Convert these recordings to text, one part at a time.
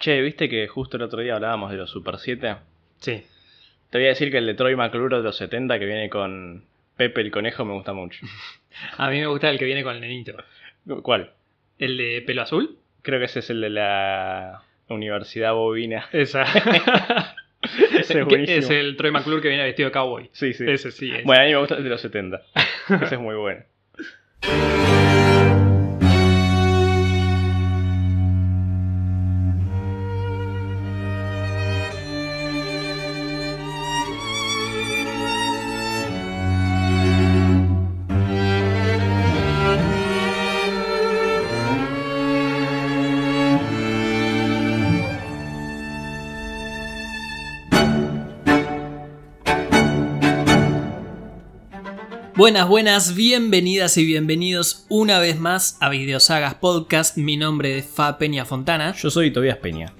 Che, viste que justo el otro día hablábamos de los Super 7. Sí. Te voy a decir que el de Troy McClure de los 70 que viene con Pepe el Conejo me gusta mucho. A mí me gusta el que viene con el nenito. ¿Cuál? ¿El de pelo azul? Creo que ese es el de la Universidad Bovina. Esa. Ese es Que buenísimo. es el Troy McClure que viene vestido de cowboy. Sí, sí. Ese sí. ese. Bueno, a mí me gusta el de los 70. Ese es muy bueno. Buenas, buenas, bienvenidas y bienvenidos una vez más a Videosagas Podcast. Mi nombre es Fa Peña Fontana Yo soy Tobias Peña.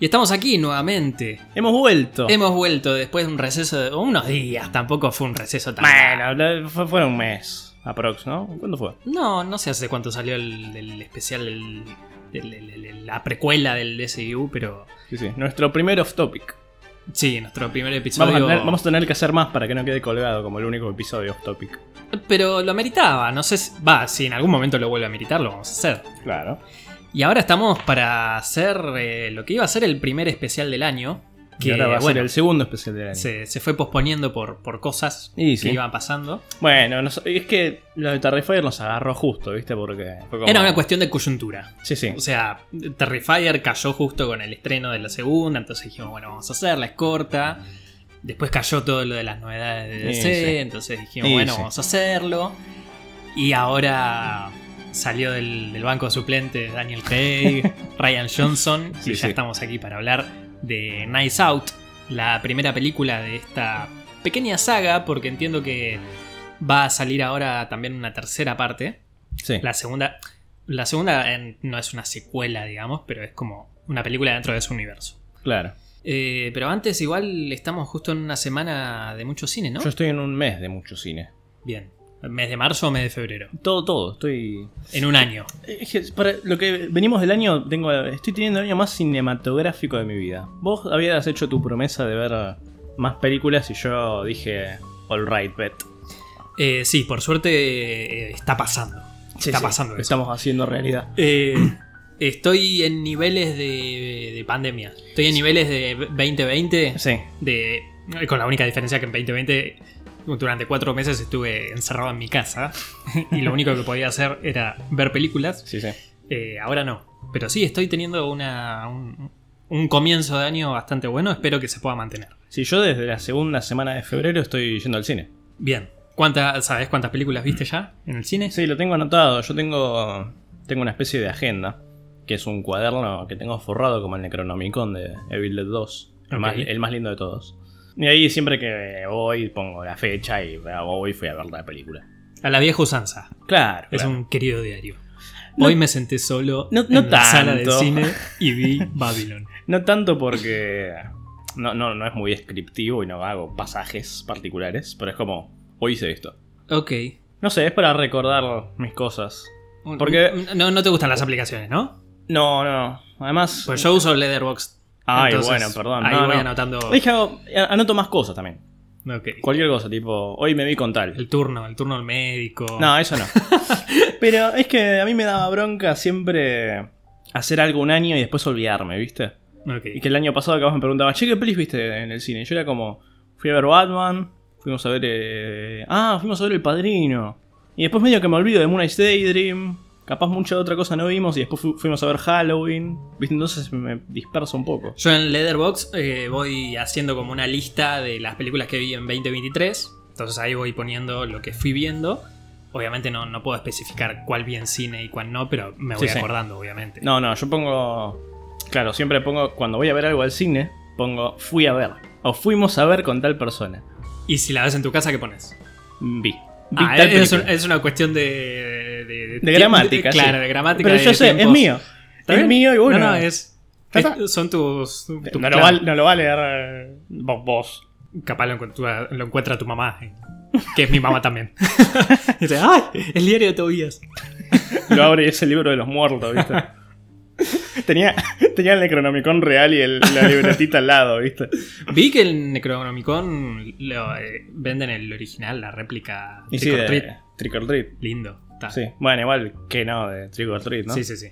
y estamos aquí nuevamente. Hemos vuelto. Hemos vuelto después de un receso de o unos días, tampoco fue un receso tan. Bueno, la- fue, fue un mes. Aprox, ¿no? ¿Cuándo fue? No, no sé hace cuánto salió el, el especial, el- el- el- el- la precuela del DCU, pero Sí, sí. Nuestro primer off topic. sí, nuestro primer episodio. Vamos a, tener, vamos a tener que hacer más para que no quede colgado como el único episodio off topic. Pero lo ameritaba, no sé si. Va, si en algún momento lo vuelve a meritar, lo vamos a hacer. Claro. Y ahora estamos para hacer eh, lo que iba a ser el primer especial del año. Que Que ahora va a ser bueno, el segundo especial del año. se, se fue posponiendo por, por cosas Y sí. que iban pasando. Bueno, nos- es que lo de Terrifier nos agarró justo, ¿viste? Porque fue como- Era una cuestión de coyuntura. Sí, sí. O sea, Terrifier cayó justo con el estreno de la segunda, entonces dijimos, bueno, vamos a hacerla, es corta. Después cayó todo lo de las novedades de Y DC, sí. entonces dijimos, Y bueno, sí. vamos a hacerlo. Y ahora salió del, del banco de suplentes Daniel Craig, Ryan Johnson, Sí, y ya sí. estamos aquí para hablar de Nice Out, la primera película de esta pequeña saga, porque entiendo que va a salir ahora también una tercera parte. Sí. La segunda. La segunda eh, no es una secuela, digamos, pero es como una película dentro de su universo. Claro. Eh, pero antes, igual estamos justo en una semana de mucho cine, ¿no? Yo estoy en un mes de mucho cine. Bien. ¿Mes de marzo o mes de febrero? Todo, todo. Estoy. En un año. Es que para lo que venimos del año, tengo, estoy teniendo el año más cinematográfico de mi vida. Vos habías hecho tu promesa de ver más películas y yo dije, all right, bet. Eh, sí, por suerte eh, está pasando. está pasando eso. Estamos haciendo realidad. Eh, estoy en niveles de, de pandemia. Estoy en niveles de 2020. Sí. De, eh, con la única diferencia que en 2020 durante cuatro meses estuve encerrado en mi casa y lo único que podía hacer era ver películas. Sí, sí. Eh, ahora no. Pero sí, estoy teniendo una, un, un comienzo de año bastante bueno. Espero que se pueda mantener. Sí, yo desde la segunda semana de febrero estoy yendo al cine. Bien. ¿Cuánta, ¿Sabes cuántas películas viste ya en el cine? Sí, lo tengo anotado. Yo tengo, tengo una especie de agenda, que es un cuaderno que tengo forrado como el Necronomicon de Evil Dead 2, el, Ok. más, el más lindo de todos. Y ahí siempre que voy pongo la fecha y ah, hoy fui a ver la película. A la vieja usanza. Claro. Es claro. un querido diario. No- Hoy me senté solo No- no en la sala de tanto. cine y vi Babylon. No tanto porque no, no, no es muy descriptivo y no hago pasajes particulares, pero es como, hoy hice esto. Ok. No sé, es para recordar mis cosas. Porque- No, no te gustan las aplicaciones, ¿no? No, no. Además... Pues yo uso Letterboxd. Ay, Entonces, bueno, perdón. Ahí No, voy no. anotando. Dije, hago- anoto más cosas también. Ok. Cualquier cosa, tipo, hoy me vi con tal. El turno, el turno al médico. No, eso no. Pero es que a mí me daba bronca siempre hacer algo un año y después olvidarme, ¿viste? Ok. Y que el año pasado acabas me preguntaban, che, ¿qué pelis viste en el cine? Yo era como, fui a ver Batman, fuimos a ver... eh, Ah, fuimos a ver El Padrino. Y después medio que me olvido de Moon Age Daydream. Capaz mucha otra cosa no vimos y después fu- fuimos a ver Halloween. ¿Viste? Entonces me disperso un poco. Yo en Letterboxd eh, voy haciendo como una lista de las películas que vi en 2023. Entonces ahí voy poniendo lo que fui viendo. Obviamente no, no puedo especificar cuál vi en cine y cuál no, pero me voy Sí, sí. acordando, obviamente. No, no, yo pongo. Claro, siempre pongo. Cuando voy a ver algo al cine, pongo fui a ver. O fuimos a ver con tal persona. Y si la ves en tu casa, ¿qué pones? Vi. Vi Ah, tal es, película. es una cuestión de. De, de- De gramática, sí. Claro, de gramática. Pero de yo sé, es tiempos. mío. ¿Está Es bien? mío y bueno. No, no, es. Ya está. es- son tus. tu- tu- No, lo claro. va, no lo va a leer eh, vos. vos. Capaz lo encuentra, lo encuentra tu mamá, eh, que es mi mamá también. Y dice, ¡ay! El diario de Tobías. Lo abre y es el libro de los muertos, ¿viste? Tenía, tenía el Necronomicon real y el- la libretita al lado, ¿viste? Vi que el Necronomicon lo, eh, venden el original, la réplica Y Trick sí, or de- Treat. Trick or Treat. Lindo. está. Sí. Bueno, igual que no, de Trick or Treat, ¿no? sí, sí, sí.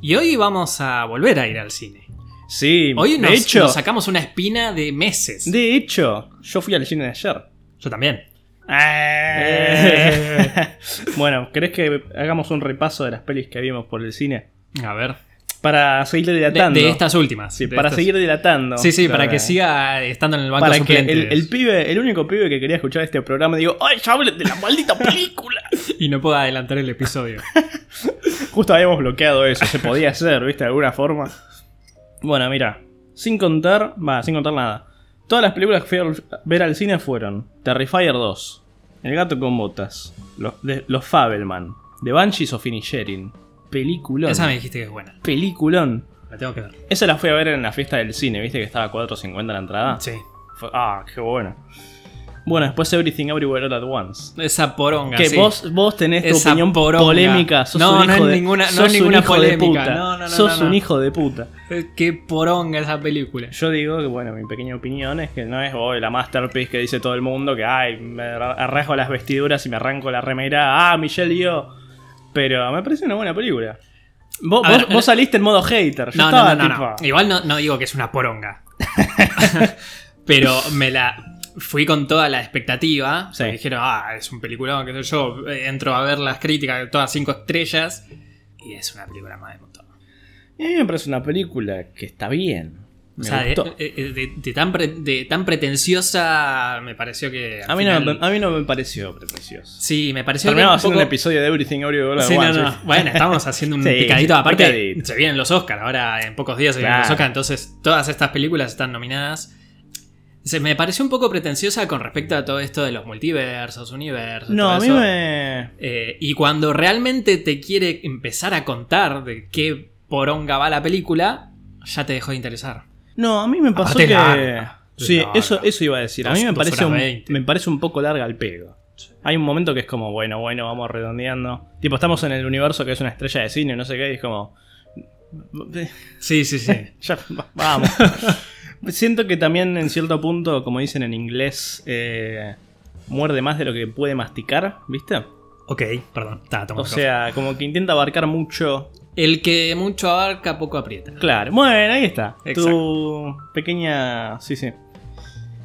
Y hoy vamos a volver a ir al cine. Sí, Hoy nos, de hecho, nos sacamos una espina de meses. de hecho, yo fui al cine ayer. Yo también. Eh. bueno, ¿querés que hagamos un repaso de las pelis que vimos por el cine? A ver. Para seguir De, dilatando. de estas últimas. Sí, de para estas- seguir dilatando. Sí, sí, para Claro. que siga estando en el banco Para que suplente. el, el pibe, el único pibe que quería escuchar este programa, digo, ¡ay, ya hablen de la maldita película! Y no pueda adelantar el episodio. Justo habíamos bloqueado eso, se podía hacer, ¿viste? De alguna forma. Bueno, mira, sin contar, va, sin contar nada. Todas las películas que fui a ver al cine fueron Terrifier 2, El gato con botas, Los, de- los Fabelman, The Banshees of Inisherin, Peliculón. Esa me dijiste que es buena. Peliculón. La tengo que ver. Esa la fui a ver en la fiesta del cine, ¿viste? Que estaba a 4.50 la entrada. Sí. Fue- ah, qué bueno. Bueno, después Everything Everywhere All At Once. Esa poronga. Que Ah, sí. vos, vos tenés tu Esa opinión poronga. polémica. Sos No, un no hijo es de- ninguna- no sos es un ninguna hijo de polémica. puta. No, no, no, sos no, no. un hijo de puta. Eh, Qué poronga esa película. Yo digo que, bueno, mi pequeña opinión es que no es oh, la masterpiece que dice todo el mundo que, ay, me ra- arrasgo las vestiduras y me arranco la remera. Ah, Michelle dio. Pero me parece una buena película. Vos, A vos- ver, vos saliste en modo hater. Yo No, estaba no, no, no, no. tipo, Igual no, no digo que es una poronga. Pero me la. Fui con toda la expectativa. Sí. Me dijeron, ah, es un peliculón, qué sé yo. Eh, Entro a ver las críticas de todas cinco estrellas. Y es una película más de montón. "Eh, pero es una película que está bien. O Me sea, eh, de, gustó". de- de- de tan pre- de tan pretenciosa me pareció que. al a, mí no, final- me- a mí no me pareció pretencioso. Sí, me pareció que. Terminamos un haciendo poco- un episodio de Everything Everywhere All at Sí, no, Once, no. ¿viste? Bueno, estamos haciendo un Sí, picadito. un Aparte, picadito. se vienen los Oscar. Ahora en pocos días se vienen Claro. los Oscar. Entonces, todas estas películas están nominadas. Se me pareció un poco pretenciosa con respecto a todo esto de los multiversos, universos. No, todo a mí eso. me. Eh, y cuando realmente te quiere empezar a contar de qué poronga va la película, ya te dejó de interesar. No, a mí me pasó Aparte que. larga. Sí, Larga. eso, eso iba a decir. A Dos- mí me dos parece, horas un, veinte. me parece un poco larga el pedo. Hay un momento que es como, bueno, bueno, vamos redondeando. Tipo, estamos en el universo que es una estrella de cine, no sé qué, y es como. Sí, sí, sí. Ya, va- vamos. Siento que también en cierto punto, como dicen en inglés, eh, muerde más de lo que puede masticar, ¿viste? ok, perdón. Estaba tomando O café. sea, como que intenta abarcar mucho. El que mucho abarca, poco aprieta. Claro, bueno, ahí está. Exacto. Tu pequeña. Sí, sí.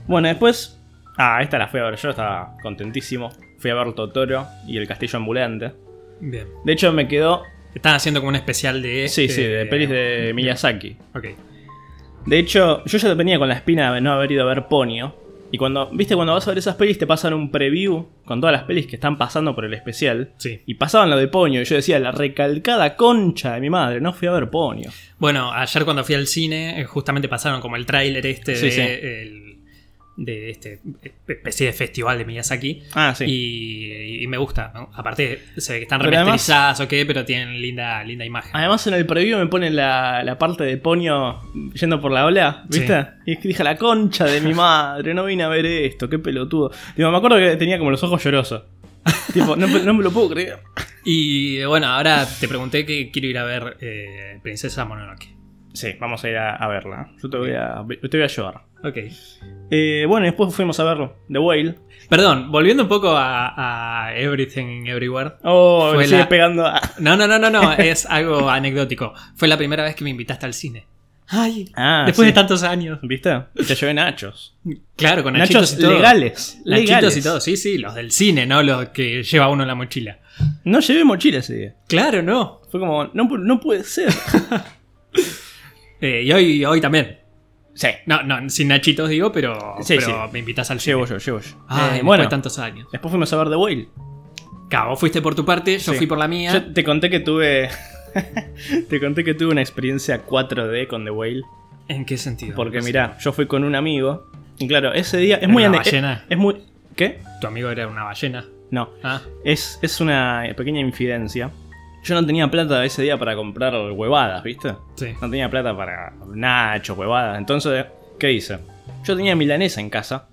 Bueno, después. Ah, esta la fui a ver yo, estaba contentísimo. Fui a ver Totoro y el castillo ambulante. Bien. De hecho, me quedó. Están haciendo como un especial de. Sí, este- sí, de pelis de Miyazaki. Ok. De hecho, yo ya venía con la espina de no haber ido a ver Ponio. Y cuando, viste, cuando vas a ver esas pelis te pasan un preview con todas las pelis que están pasando por el especial. Sí. Y pasaban lo de Ponio y yo decía, la recalcada concha de mi madre, no fui a ver Ponio. Bueno, ayer cuando fui al cine, eh, justamente pasaron como el tráiler este Sí, de, sí. el- de este especie de festival de Miyazaki. Ah, sí. Y, y me gusta, ¿no? Aparte, se ve que están Pero remasterizadas o qué, pero tienen linda, linda imagen. Además en el preview me ponen la, la parte de Ponio yendo por la ola, ¿viste? Sí. Y es que dije, la concha de mi madre, no vine a ver esto, qué pelotudo. Digo, me acuerdo que tenía como los ojos llorosos. tipo, no, no me lo puedo creer. Y eh, bueno, ahora te pregunté que quiero ir a ver eh, Princesa Mononoke. Sí, vamos a ir a, a verla. Yo te voy a, te voy a llevar. Ok. Eh, bueno, después fuimos a ver The Whale. Perdón, volviendo un poco a, a Everything Everywhere. Oh, Fue me sigue la- pegando. a- No, no, no, no, no, es algo anecdótico. Fue la primera vez que me invitaste al cine. Ay, Ah, después sí. de tantos años. ¿Viste? Te llevé nachos. Claro, con nachos nachitos y todo. legales. Nachitos legales. y todo, sí, sí, los del cine, ¿no? Los que lleva uno en la mochila. No llevé mochila ese día. Claro, no. Fue como, no, pu- no puede ser. Eh, y hoy, hoy también. sí. No, no, sin Nachitos digo, pero, Sí, pero me invitas al Llevo cine. yo, llevo yo. Ay, Eh, bueno. tantos años. Después fuimos a ver The Whale. Cabo, fuiste por tu parte, yo Sí. fui por la mía. Yo te conté que tuve. te conté que tuve una experiencia 4D con The Whale. ¿En qué sentido? Porque No sé. mirá, yo fui con un amigo. Y claro, ese día. Es ¿Era muy una ane- ballena? Es, es muy. ¿Qué? Tu amigo era una ballena. No. Ah, Es, es una pequeña infidencia. Yo no tenía plata ese día para comprar huevadas, ¿viste? sí. No tenía plata para nachos, huevadas. Entonces, ¿qué hice? Yo tenía milanesa en casa,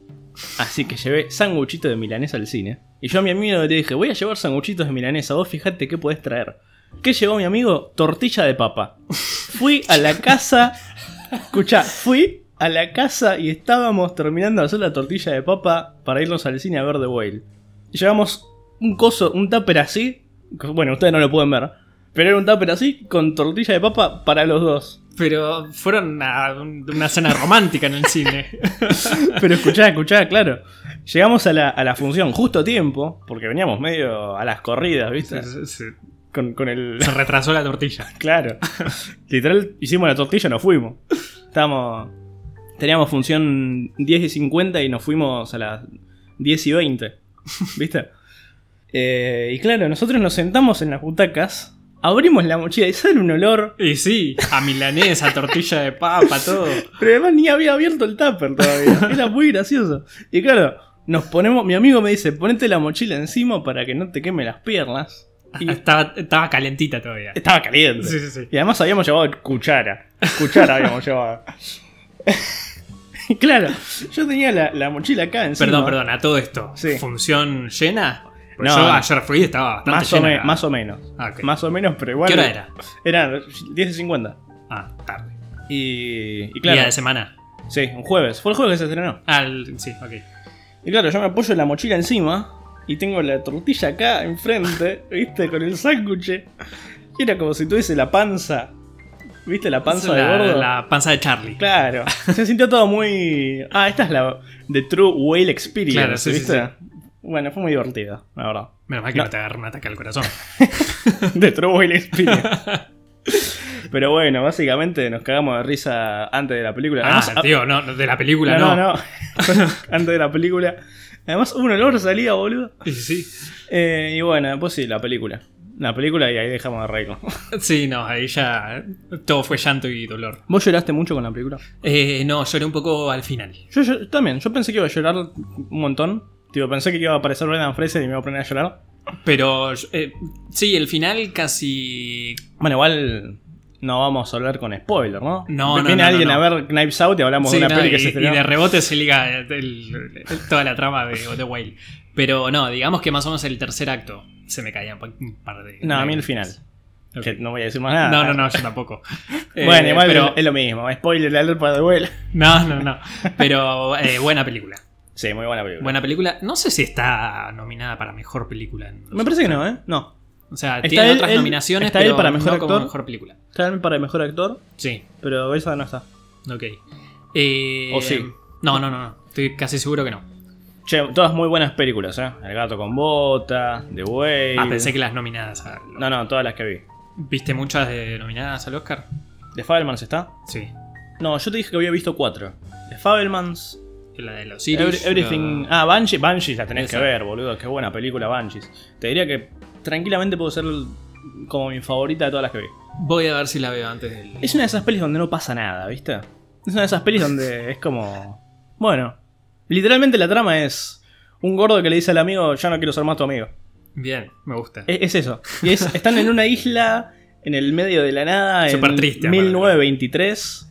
así que llevé sanguchito de milanesa al cine. Y yo a mi amigo le dije, voy a llevar sanguchitos de milanesa, vos fijate qué podés traer. ¿Qué llegó mi amigo? Tortilla de papa. Fui a la casa. Escucha, fui a la casa y estábamos terminando de hacer la tortilla de papa para irnos al cine a ver The Whale. Y llevamos un coso, un tupper así. que, Bueno, ustedes no lo pueden ver. Pero era un tupper así con tortilla de papa para los dos. Pero fueron a un- una cena romántica en el cine. Pero escuchá, escuchá, claro. Llegamos a la, a la función justo a tiempo, porque veníamos medio a las corridas, ¿viste? se, se- se- Con, con el. se retrasó la tortilla. Claro. Literal, hicimos la tortilla y nos fuimos. Estábamos. Teníamos función 10 y 50 y nos fuimos a las 10 y 20. ¿Viste? Eh, y claro, nosotros nos sentamos en las butacas, abrimos la mochila y sale un olor. Y sí, a milanesa, tortilla de papa, todo. Pero además ni había abierto el tupper todavía. Era muy gracioso. Y claro, nos ponemos. Mi amigo me dice: ponete la mochila encima para que no te queme las piernas. Y Estaba, estaba calentita todavía. estaba caliente. Sí, sí, sí. Y además habíamos llevado cuchara. Cuchara habíamos llevado. Y claro, yo tenía la, la mochila acá encima. Perdón, perdón, a todo esto. Sí. ¿Función llena? Porque No. yo ayer fui y estaba bastante Más o, llena. me- más o menos. Ah, ok. Más o menos, pero igual. ¿Qué hora era? Eran 10 y 50. Ah, tarde. Y, y Día claro. de semana. Sí, un jueves. Fue el jueves que se estrenó. Ah, el- sí, ok. Y claro, yo me apoyo la mochila encima. Y tengo la tortilla acá enfrente, ¿viste? Con el sándwich. Y era como si tuviese la panza. ¿Viste la panza la, de gordo? la panza de Charlie. Claro, se sintió todo muy. Ah, esta es la The True Whale Experience, Claro, sí, sí, ¿viste? Bueno, fue muy divertido, la verdad. Menos mal que No. no, te agarró un ataque al corazón. The True Whale Experience. Pero bueno, básicamente nos cagamos de risa antes de la película. Ah, Además, tío, no, no, de la película no, no. no, no. antes de la película. Además, un olor salía, boludo. Sí, sí. Eh, y bueno, después sí, la película. La película y ahí dejamos de reírnos. Sí, no, ahí ya todo fue llanto y dolor. ¿Vos lloraste mucho con la película? Eh, no, lloré un poco al final. Yo, yo- también, yo pensé que iba a llorar un montón. Tipo, pensé que iba a aparecer Brendan Fraser y me iba a poner a llorar. Pero eh, sí, el final casi. Bueno, igual no vamos a hablar con spoiler, ¿no? No, no, Viene no, no, alguien no. a ver Knives Out y hablamos Sí, de una no, peli y, que se y estrenó. de rebote se liga el- el- el- toda la trama de The Whale. Pero no, digamos que más o menos el tercer acto se me caían pa- un par de. No, a mí el final. Ok. Que no voy a decir más nada. No, no, no, yo tampoco. Eh, Bueno, igual pero- es lo mismo. Spoiler alert para The Whale. No, no, no. Pero eh, buena película. Sí, muy buena película. Buena película. No sé si está nominada para mejor película. en los Me parece que no, ¿eh? No. O sea, Está tiene él- otras él- nominaciones, está pero él para mejor no como actor. mejor película. Está también para mejor actor, Sí, pero esa no está. ok. Eh, O sí. No, no, no, no. Estoy casi seguro que no. Che, todas muy buenas películas, ¿eh? El gato con bota, The Whale. Ah, pensé que las nominadas. a- Eh, No, no, todas las que vi. ¿Viste muchas de nominadas al Oscar? ¿De Fabelmans está? Sí. No, yo te dije que había visto cuatro. De Fabelmans, La de los Every- Irish, everything. la- Ah, Banshees. Banshees la tenés Esa. que ver, boludo. Qué buena película Banshees. Te diría que tranquilamente puedo ser como mi favorita de todas las que vi. Voy a ver si la veo antes del. Es una de esas pelis donde no pasa nada, ¿viste? Es una de esas pelis donde es como. Bueno. Literalmente la trama es. Un gordo que le dice al amigo, ya no quiero ser más tu amigo. E-, Bien, me gusta. Es, es eso. Y es- están en una isla, en el medio de la nada, Súper en triste, aparte. 1923.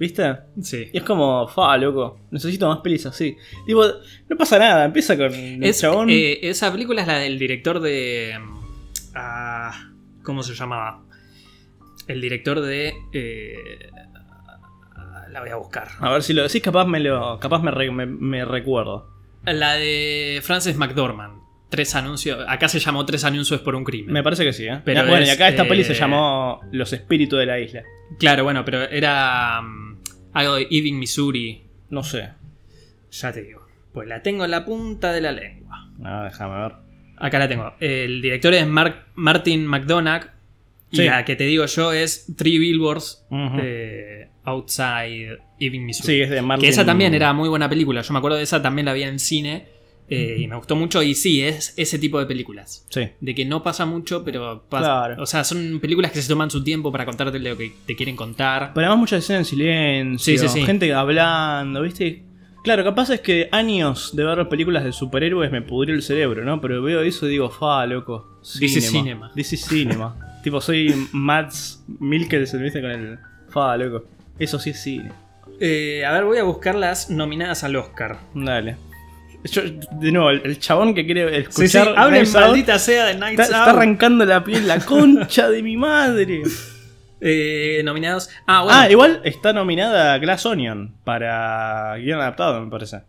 ¿Viste? Sí. Y es como, fa, loco, necesito más pelis así. Tipo, no pasa nada, empieza con el Es- chabón. eh, esa película es la del director de. ah, ¿Cómo se llamaba? El director de. eh, la voy a buscar. A ver si lo decís, capaz me lo. capaz me, re- me- me recuerdo. La de Frances McDormand. Tres anuncios. Acá se llamó Tres anuncios por un crimen. Me parece que sí, ¿eh? Pero Ah, bueno, y es, acá esta peli se eh, llamó Los espíritus de la isla. Claro, bueno, pero era mm, algo de Ebbing, Missouri. No sé. Ya te digo. Pues la tengo en la punta de la lengua. No, déjame ver. Acá la tengo. El director es Mark- Martin McDonagh. Y Sí. la que te digo yo es Three Billboards Ujú. eh, Outside Ebbing, Missouri. Sí, es de Martin. que esa también era muy buena película. Yo me acuerdo de esa, también la vi en cine. eh, y me gustó mucho. Y sí, es ese tipo de películas. Sí. de que no pasa mucho, pero pasa. Claro. O sea, son películas que se toman su tiempo para contarte lo que te quieren contar. Pero además muchas escenas en silencio. Sí, sí, sí. Gente hablando, ¿viste? Claro, capaz es que años de ver películas de superhéroes me pudrió el cerebro, ¿no? Pero veo eso y digo, fa, loco. This is cinema. This is cinema. tipo, soy Mads Mikkelsen, ¿viste? Con el. Fa, loco. Eso sí es cine. Eh, a ver, voy a buscar las nominadas al Oscar. Dale. Yo, de nuevo, el, el chabón que quiere escuchar. Sí, sí, hablen Knives Out maldita sea de Nights Está, está Out. arrancando la piel, la concha de mi madre. Eh, nominados. Ah, bueno. Ah, igual está nominada Glass Onion para guión adaptado, me parece.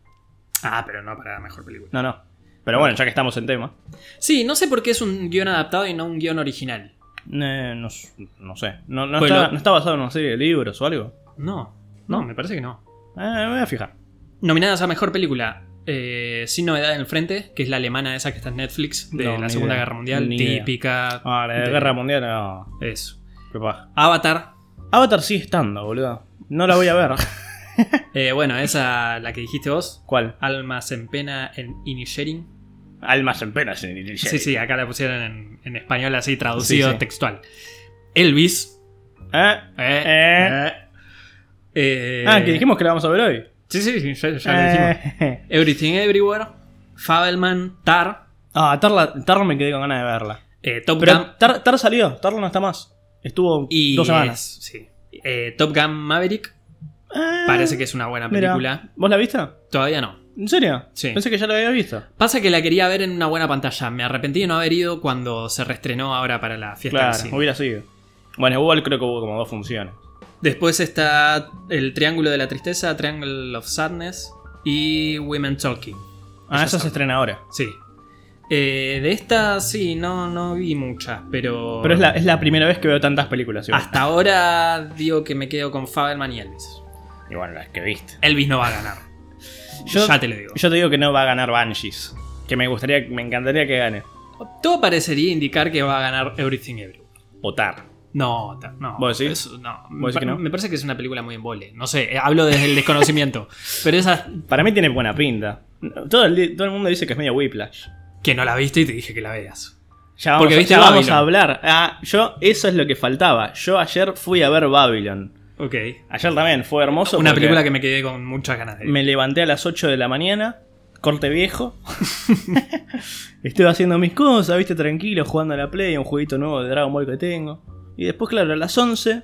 Ah, pero no para mejor película. No, no. Pero bueno, ya que estamos en tema. Sí, no sé por qué es un guión adaptado y no un guión original. Eh, no, s- no sé. No, no Bueno. está, no está basado en una serie de libros o algo. No, no, me parece que no. Eh, me voy a fijar. Nominadas a mejor película. eh, sin novedad en el frente, que es la alemana esa que está en Netflix de No, la ni Segunda idea, Guerra Mundial, ni idea. típica. Ah, la de de- Guerra Mundial no. Eso. Qué paja. Avatar. Avatar sigue estando, boludo. No la voy a ver. eh, bueno, esa la que dijiste vos. ¿Cuál? Almas en pena en Inisherin. Almas en penas en el Sí, sí, acá la pusieron en, en español así, traducido Sí, sí. textual. Elvis. ¿Eh? Eh, Eh. eh, Ah, que dijimos que la vamos a ver hoy. Sí, sí, sí, ya, ya lo dijimos. Eh. Everything Everywhere, Fabelman, Tar, Ah, Tar, la- Tar me quedé con ganas de verla. eh, Top Gun Pero Tar, Tar salió, Tar no está más. Estuvo y dos semanas. sí. Eh, Top Gun Maverick parece que es una buena película. Eh, ¿Vos la viste? Todavía no. ¿En serio? Sí. Pensé que ya la había visto. Pasa que la quería ver en una buena pantalla. Me arrepentí de no haber ido cuando se reestrenó ahora para la fiesta Claro, del cine. hubiera sido. Bueno, igual creo que hubo como dos funciones. Después está El Triángulo de la Tristeza, Triangle of Sadness y Women Talking. Ah, Esa esa es se estrena ahora. Sí. Eh, de esta sí, no, no vi muchas, pero. Pero es la, es la primera vez que veo tantas películas. Igual. Hasta ahora digo que me quedo con Fabelman Ah, y Elvis. Y bueno, las que viste. Elvis no va a ganar. Yo- ya te lo digo. Yo te digo que no va a ganar Banshees. Que me gustaría, me encantaría que gane. Todo parecería indicar que va a ganar Everything Everywhere. Votar. No, ta- no. ¿Vos decís? eso no. ¿Vos decís que no? Me parece que es una película muy embole. No sé, eh, hablo desde el desconocimiento. pero esa Para mí tiene buena pinta. Todo el, di- todo el mundo dice que es medio whiplash. que no la viste y te dije que la veas. Ya vamos, Porque a, viste ya a vamos a Babylon. hablar. Ah, yo, eso es lo que faltaba. Yo ayer fui a ver Babylon. Ok. Ayer también fue hermoso. Una porque película que me quedé con muchas ganas de ver. Me levanté a las 8 de la mañana, corte viejo. Estuve haciendo mis cosas, viste, tranquilo, jugando a la Play, un jueguito nuevo de Dragon Ball que tengo. Y después, claro, a las 11.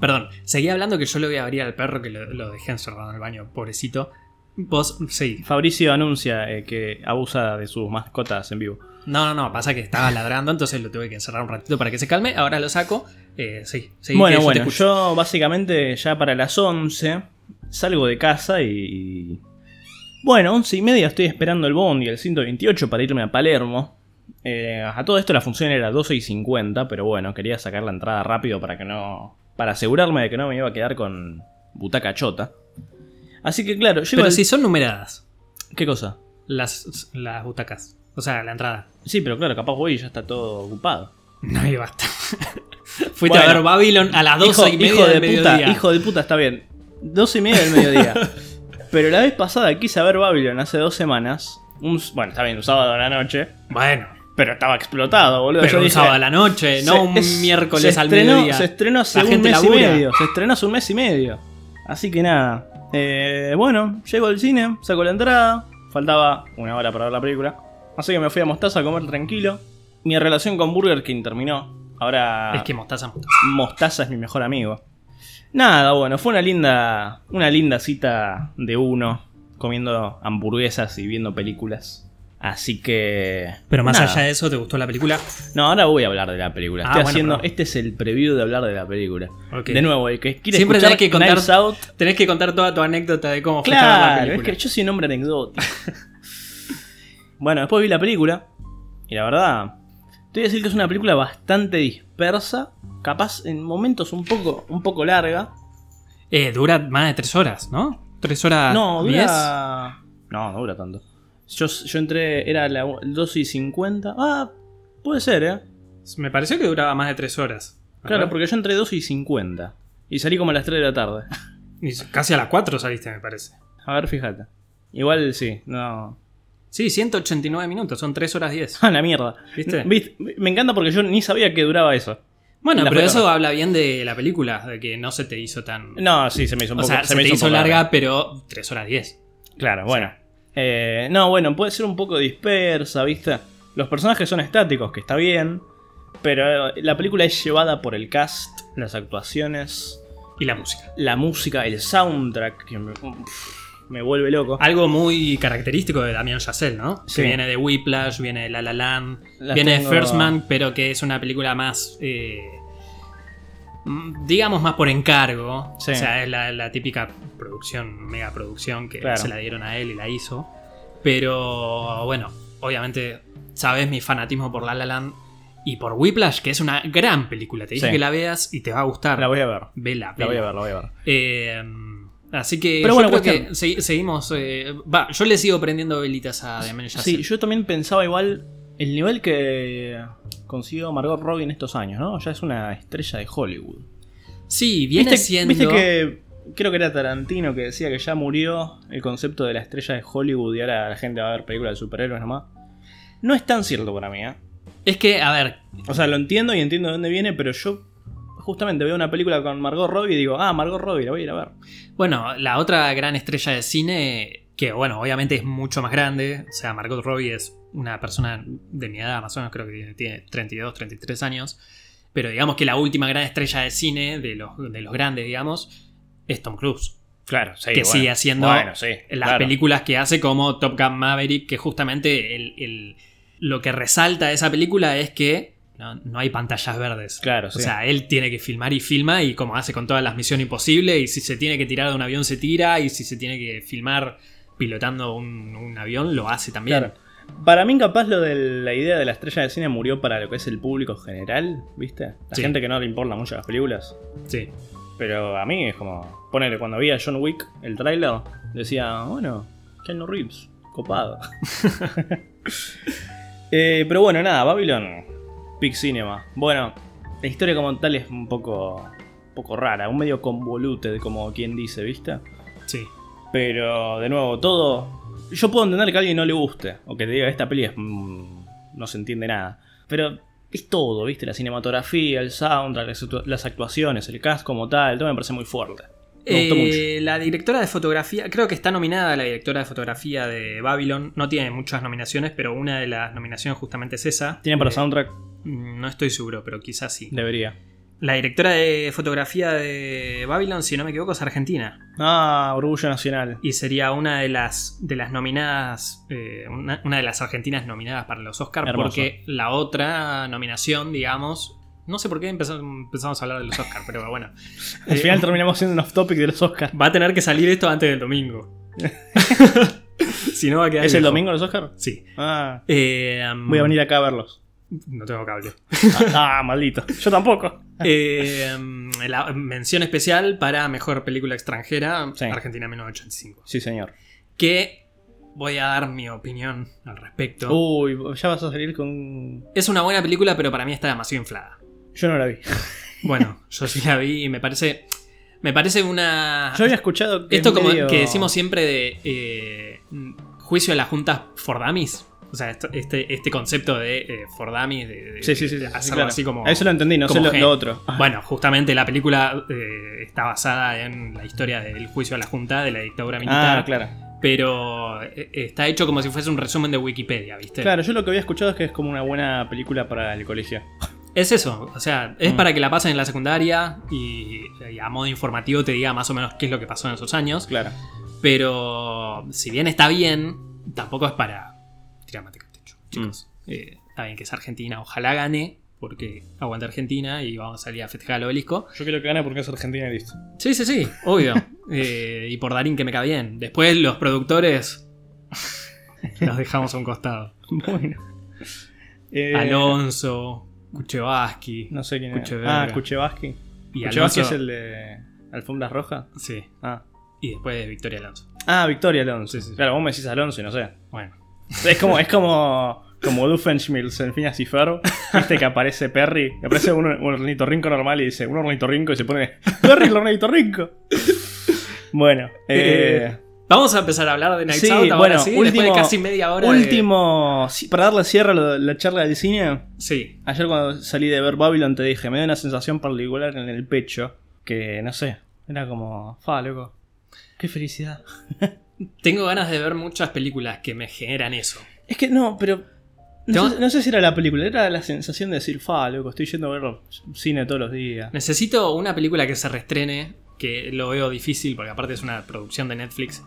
Perdón, seguí hablando que yo le voy a abrir al perro que lo, lo dejé encerrado en el baño, pobrecito. Vos, sí. Fabricio anuncia eh, que abusa de sus mascotas en vivo. No, no, no, pasa que estaba ladrando, entonces lo tuve que encerrar un ratito para que se calme. Ahora lo saco. Eh, sí, sí. bueno, que yo te bueno, escucho. yo básicamente ya para las 11 salgo de casa y... Bueno, 11 y media estoy esperando el bondi, el 128, para irme a Palermo. Eh, a todo esto la función era 12 y 50, pero bueno, quería sacar la entrada rápido para que no... Para asegurarme de que no me iba a quedar con butaca chota. Así que claro, llego... Pero al- si son numeradas ¿Qué cosa? las, las butacas, o sea, la entrada. Sí, pero claro, capaz voy y ya está todo ocupado. No hay basta. Fuiste Bueno. a ver Babylon a las 12 hijo, y media hijo de del puta, mediodía. hijo de puta, está bien. 12 y media del mediodía. Pero la vez pasada quise ver Babylon hace dos semanas. Un, s- bueno, está bien, un sábado a la noche. Bueno, Pero estaba explotado, boludo. pero Yo un dije, sábado a la noche, no se- un es- miércoles se al estrenó- mediodía. Se estrenó hace La un gente mes y labura. medio. Se estrenó hace un mes y medio. Así que nada. Eh, bueno, llego al cine, saco la entrada. Faltaba una hora para ver la película. Así que me fui a Mostaza a comer tranquilo. Mi relación con Burger King terminó. Ahora. Es que mostaza, mostaza. Mostaza es mi mejor amigo. Nada, bueno, fue una linda, una linda cita de uno, comiendo hamburguesas y viendo películas. Así que. Pero más nada. allá de eso, ¿te gustó la película? No, ahora voy a hablar de la película. Ah, Estoy bueno, haciendo. perdón. Este es el preview de hablar de la película. Ok. De nuevo, el que quiere Siempre escuchar tenés que contar- Knives Out. Tenés que contar toda tu anécdota de cómo fue a ver la Claro, es película. que yo soy un hombre anecdótico. bueno, después vi la película. Y la verdad. Te voy a decir que es una película bastante dispersa. Capaz en momentos un poco, un poco larga. Eh, dura más de tres horas, ¿no? Tres horas No, diez. dura. No, no dura tanto. Yo, yo entré, era la 12 y 50. Ah, puede ser, ¿eh? Me pareció que duraba más de tres horas. Claro, Ajá. porque yo entré 12 y 50. Y salí como a las 3 de la tarde. Y Casi a las cuatro saliste, me parece. A ver, fíjate. Igual sí, no. Sí, 189 minutos, son 3 horas 10. Ah, la mierda. ¿Viste? Viste, Me encanta porque yo ni sabía que duraba eso. Bueno, La pero foto. eso habla bien de la película, de que no se te hizo tan... No, sí, se me hizo un o poco. sea, se, me te un hizo poco larga, pero 3 horas 10. Claro, bueno. Eh, no, bueno, puede ser un poco dispersa, ¿viste? Los personajes son estáticos, que está bien. Pero eh, la película es llevada por el cast, las actuaciones. Y la música. la música, el soundtrack. que me- uf, me vuelve loco. Algo muy característico de Damián Chazelle, ¿no? Sí. Que viene de Whiplash, viene de La La Land, Las viene tengo- de First Man, pero que es una película más. eh, mm, digamos más por encargo. Sí. O sea, es la, la típica producción, mega producción que Claro. se la dieron a él y la hizo. Pero bueno, obviamente, sabes mi fanatismo por La La Land y por Whiplash, que es una gran película. Te dije Sí. que la veas y te va a gustar. La voy a ver, Vela, la voy a vela. ver, la voy a ver. Eh, así que. Pero Pero bueno, bueno, cuestión. que segui- seguimos. eh, Va, yo le sigo prendiendo velitas a Demen Sí, yo también pensaba igual el nivel que consiguió Margot Robbie en estos años, ¿no? Ya es una estrella de Hollywood. sí, viene ¿Viste, siendo. viste que creo que era Tarantino que decía que ya murió el concepto de la estrella de Hollywood y ahora la gente va a ver películas de superhéroes nomás. No es tan cierto para mí, ¿eh? Es que, a ver, O sea, lo entiendo y entiendo de dónde viene, pero yo justamente veo una película con Margot Robbie y digo, ah, Margot Robbie, la voy a ir a ver. bueno, la otra gran estrella de cine, que bueno, obviamente es mucho más grande. O sea, Margot Robbie es una persona de mi edad, más o menos, creo que tiene- tiene 32, 33 años. Pero digamos que la última gran estrella de cine, de los, de los grandes, digamos, es Tom Cruise. Claro, sí. que sigue haciendo sí. las películas que hace como Top Gun Maverick, que justamente el- el- lo que resalta de esa película es que no, no hay pantallas verdes. Claro, sí. O sea, él tiene que filmar y filma y como hace con todas las misiones imposibles, y si se tiene que tirar de un avión se tira, y si se tiene que filmar pilotando un, un avión lo hace también. Claro. Para mí, capaz lo de la idea de la estrella de cine murió para lo que es el público general, ¿viste? La Sí. gente que no le importa mucho las películas. Sí. Pero a mí es como. Ponele, cuando vi a John Wick el tráiler, decía, bueno, Keanu Reeves, copado. Eh, pero bueno, nada, Babylon, Big Cinema. Bueno, la historia como tal es un poco. un poco rara, un medio convoluted, como quien dice, ¿viste? Sí. Pero, de nuevo, todo. Yo puedo entender que a alguien no le guste. O que te diga, esta peli es. mm, no se entiende nada. Pero es todo, ¿viste? La cinematografía, el soundtrack, las actu- las actuaciones, el cast como tal. Todo me parece muy fuerte. Me gustó mucho. Eh, la directora de fotografía, creo que está nominada la directora de fotografía de Babylon. No tiene muchas nominaciones, pero una de las nominaciones justamente es esa. Tiene para Eh, soundtrack, Mm, No estoy seguro, pero quizás sí. debería. La directora de fotografía de Babylon, si no me equivoco, es argentina. Ah, Orgullo Nacional. Y sería una de las, de las nominadas, eh, una, una de las argentinas nominadas para los Oscars, Hermoso. porque la otra nominación, digamos, no sé por qué empezamos, empezamos a hablar de los Oscars, pero bueno. Al Eh, final terminamos siendo un off topic de los Oscars. va a tener que salir esto antes del domingo. si no va a quedar... ¿Es el viejo. domingo los Oscars? Sí. Ah, Eh, um, voy a venir acá a verlos. No tengo cable. Ah, maldito. Yo tampoco. Eh, um, la mención especial para mejor película extranjera, Sí. Argentina 1985. Sí, señor. que voy a dar mi opinión al respecto. Uy, ya vas a salir con. Es una buena película, pero para mí está demasiado inflada. Yo no la vi. Bueno, yo sí la vi y me parece. Me parece una. Yo había escuchado que. Ah. Esto es como medio- que decimos siempre de eh, juicio de las juntas Fordamis. O sea, esto- este, este concepto de eh, Fordamis, de, de- Sí, sí, sí. sí, de eh, hacerlo claro. así como. A Eso Ah. lo entendí, no sé como lo, gen. lo otro. Bueno, justamente la película eh, está basada en la historia del juicio a la junta de la dictadura militar. Ah, claro. Pero eh, está hecho como si fuese un resumen de Wikipedia, ¿viste? Claro, yo lo que había escuchado es que es como una buena película para el colegio. Es eso, o sea, es Mm. para que la pasen en la secundaria y, y a modo informativo te diga más o menos qué es lo que pasó en esos años. Claro. Pero si bien está bien, tampoco es para tirar mate al techo, chicos. Eh, está bien que es Argentina, ojalá gane, porque aguanta Argentina y vamos a salir a festejar al obelisco. Yo quiero que gane porque es Argentina y listo. Sí, sí, sí, obvio. Eh, y por Darín que me cae bien. Después los productores los dejamos a un costado. Bueno. Eh, Alonso, Kuchevaski. No sé quién es. Cucheverga. Ah, Kuchevaski. Y Kuchevaski Alonso, es el de Alfombras Rojas. Sí, Ah. y después Victoria Alonso. Ah, Victoria Alonso. Sí, sí, sí. Claro, vos me decís Alonso y no sé. Bueno. Es como, es como, como Doofenshmirtz en Phineas y Ferb. Viste que aparece Perry, que aparece un, un ornitorrinco normal y dice, un ornitorrinco y se pone, Perry el ornitorrinco. Bueno, eh, Vamos a empezar a hablar de Night Sí, Out ahora bueno, sí, último- después de casi media hora. de- último, sí, para darle cierre a lo- la charla del cine, Sí, ayer cuando salí de ver Babylon te dije, me dio una sensación particular en el pecho, que no sé, era como, fa, loco, qué felicidad. tengo ganas de ver muchas películas que me generan eso. Es que no, pero. No, ¿No? sé, no sé si era la película, era la sensación de decir, fa, loco, estoy yendo a ver cine todos los días. Necesito una película que se restrene, que lo veo difícil porque aparte es una producción de Netflix,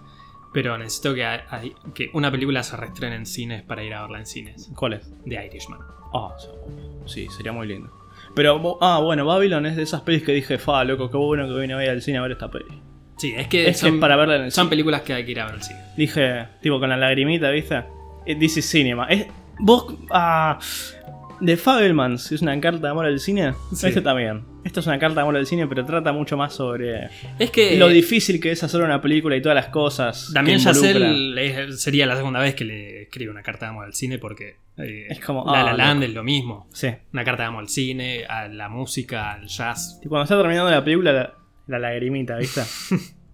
Pero necesito que, a- a- que una película se reestrene en cines para ir a verla en cines. ¿Cuál es? De Irishman. Ah, sí, sí, sería muy lindo. Pero, bo- ah, bueno, Babylon es de esas pelis que dije, fa, loco, qué bueno que vine a ver al cine a ver esta peli. Sí, es que, Es que son, es para verla en el son cine. películas que hay que ir a ver al cine. Dije, tipo, con la lagrimita, ¿viste? Eh, This is cinema. Es, vos, ah, The Fabelmans es una carta de amor al cine. Sí. Este también. Esta es una carta de amor al cine, pero trata mucho más sobre Es que lo difícil que es hacer una película y todas las cosas. Damián que involucra. Chazelle es- sería la segunda vez que le escribe una carta de amor al cine porque eh, Es como, La ah, La Land loco. es lo mismo. Sí. Una carta de amor al cine, a la música, al jazz. Y cuando está terminando la película, la, la lagrimita, ¿viste?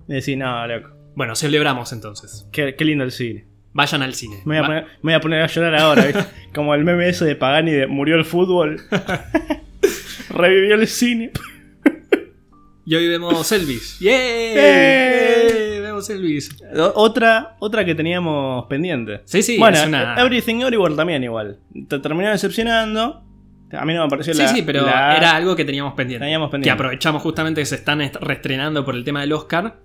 Y decís, no, loco, Bueno, celebramos entonces. qué, qué lindo el cine. Vayan al cine. Me voy, a Va- poner, me voy a poner a llorar ahora, ¿viste? Como el meme ese de Pagani de murió el fútbol. Revivió el cine. Y hoy vemos Elvis. ¡Yay! ¡Eh! ¡Eh! Vemos Elvis. O- Otra, otra que teníamos pendiente. Sí, sí, bueno, eh, es una. Everything Everywhere también igual. Te terminó decepcionando. A mí no me pareció Sí, la. sí, pero la- era algo que teníamos pendiente. Teníamos Que pendiente. aprovechamos justamente que se están est- reestrenando por el tema del Oscar.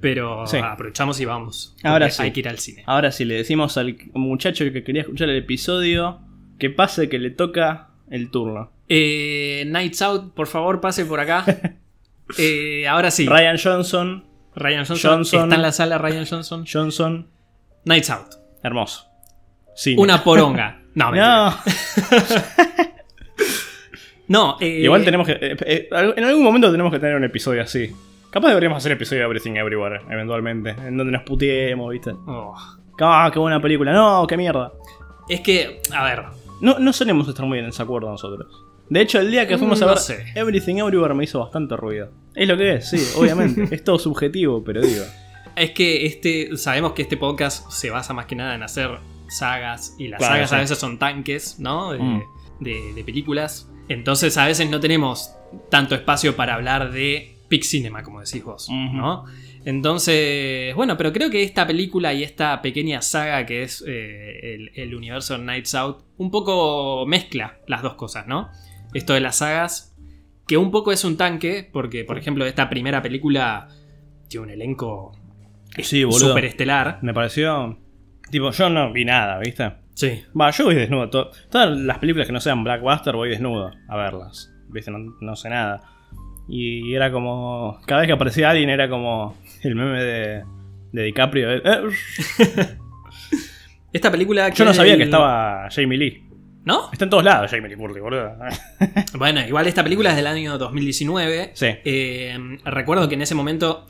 Pero Sí. aprovechamos y vamos. Ahora porque sí. Hay que ir al cine. Ahora sí, le decimos al muchacho que quería escuchar el episodio que pase que le toca el turno. Eh, Nights Out, por favor, pase por acá. Eh, ahora sí. Ryan Johnson. Ryan Johnson. Johnson. Está en la sala Ryan Johnson. Johnson. Nights Out. Hermoso. Sí. Una poronga. No, mentira. No. No, eh, Igual tenemos que. eh, eh, en algún momento tenemos que tener un episodio así. Capaz deberíamos hacer episodio de Everything Everywhere, eventualmente. En donde nos puteemos, ¿viste? Oh. Ah, qué buena película. No, qué mierda. Es que, a ver. No, no solemos estar muy en desacuerdo nosotros. De hecho, el día que fuimos a Mm, No ver sé. Everything Everywhere me hizo bastante ruido. Es lo que es, sí, obviamente. es todo subjetivo, pero digo. Es que este. Sabemos que este podcast se basa más que nada en hacer sagas. Y las Claro, sagas sí. a veces son tanques, ¿no? De, Mm. de- de películas. Entonces a veces no tenemos tanto espacio para hablar de Pic Cinema, como decís vos, Ujú. ¿no? Entonces, bueno, pero creo que esta película y esta pequeña saga que es eh, el, el universo Nights Out, un poco mezcla las dos cosas, ¿no? Esto de las sagas, que un poco es un tanque, porque, por ejemplo, esta primera película tiene un elenco Sí, boludo. superestelar. Me pareció. Tipo, yo no vi nada, ¿viste? Sí. Va, yo voy desnudo. To- todas las películas que no sean Blackbuster voy desnudo a verlas. ¿Viste? No, no sé nada. Y era como. Cada vez que aparecía alguien era como el meme de, de DiCaprio. de, "Eh, Esta película... yo no sabía que el- estaba Jamie Lee. ¿No? Está en todos lados Jamie Lee Curly, boludo. Bueno, igual esta película es del año 2019. sí. Eh, recuerdo que en ese momento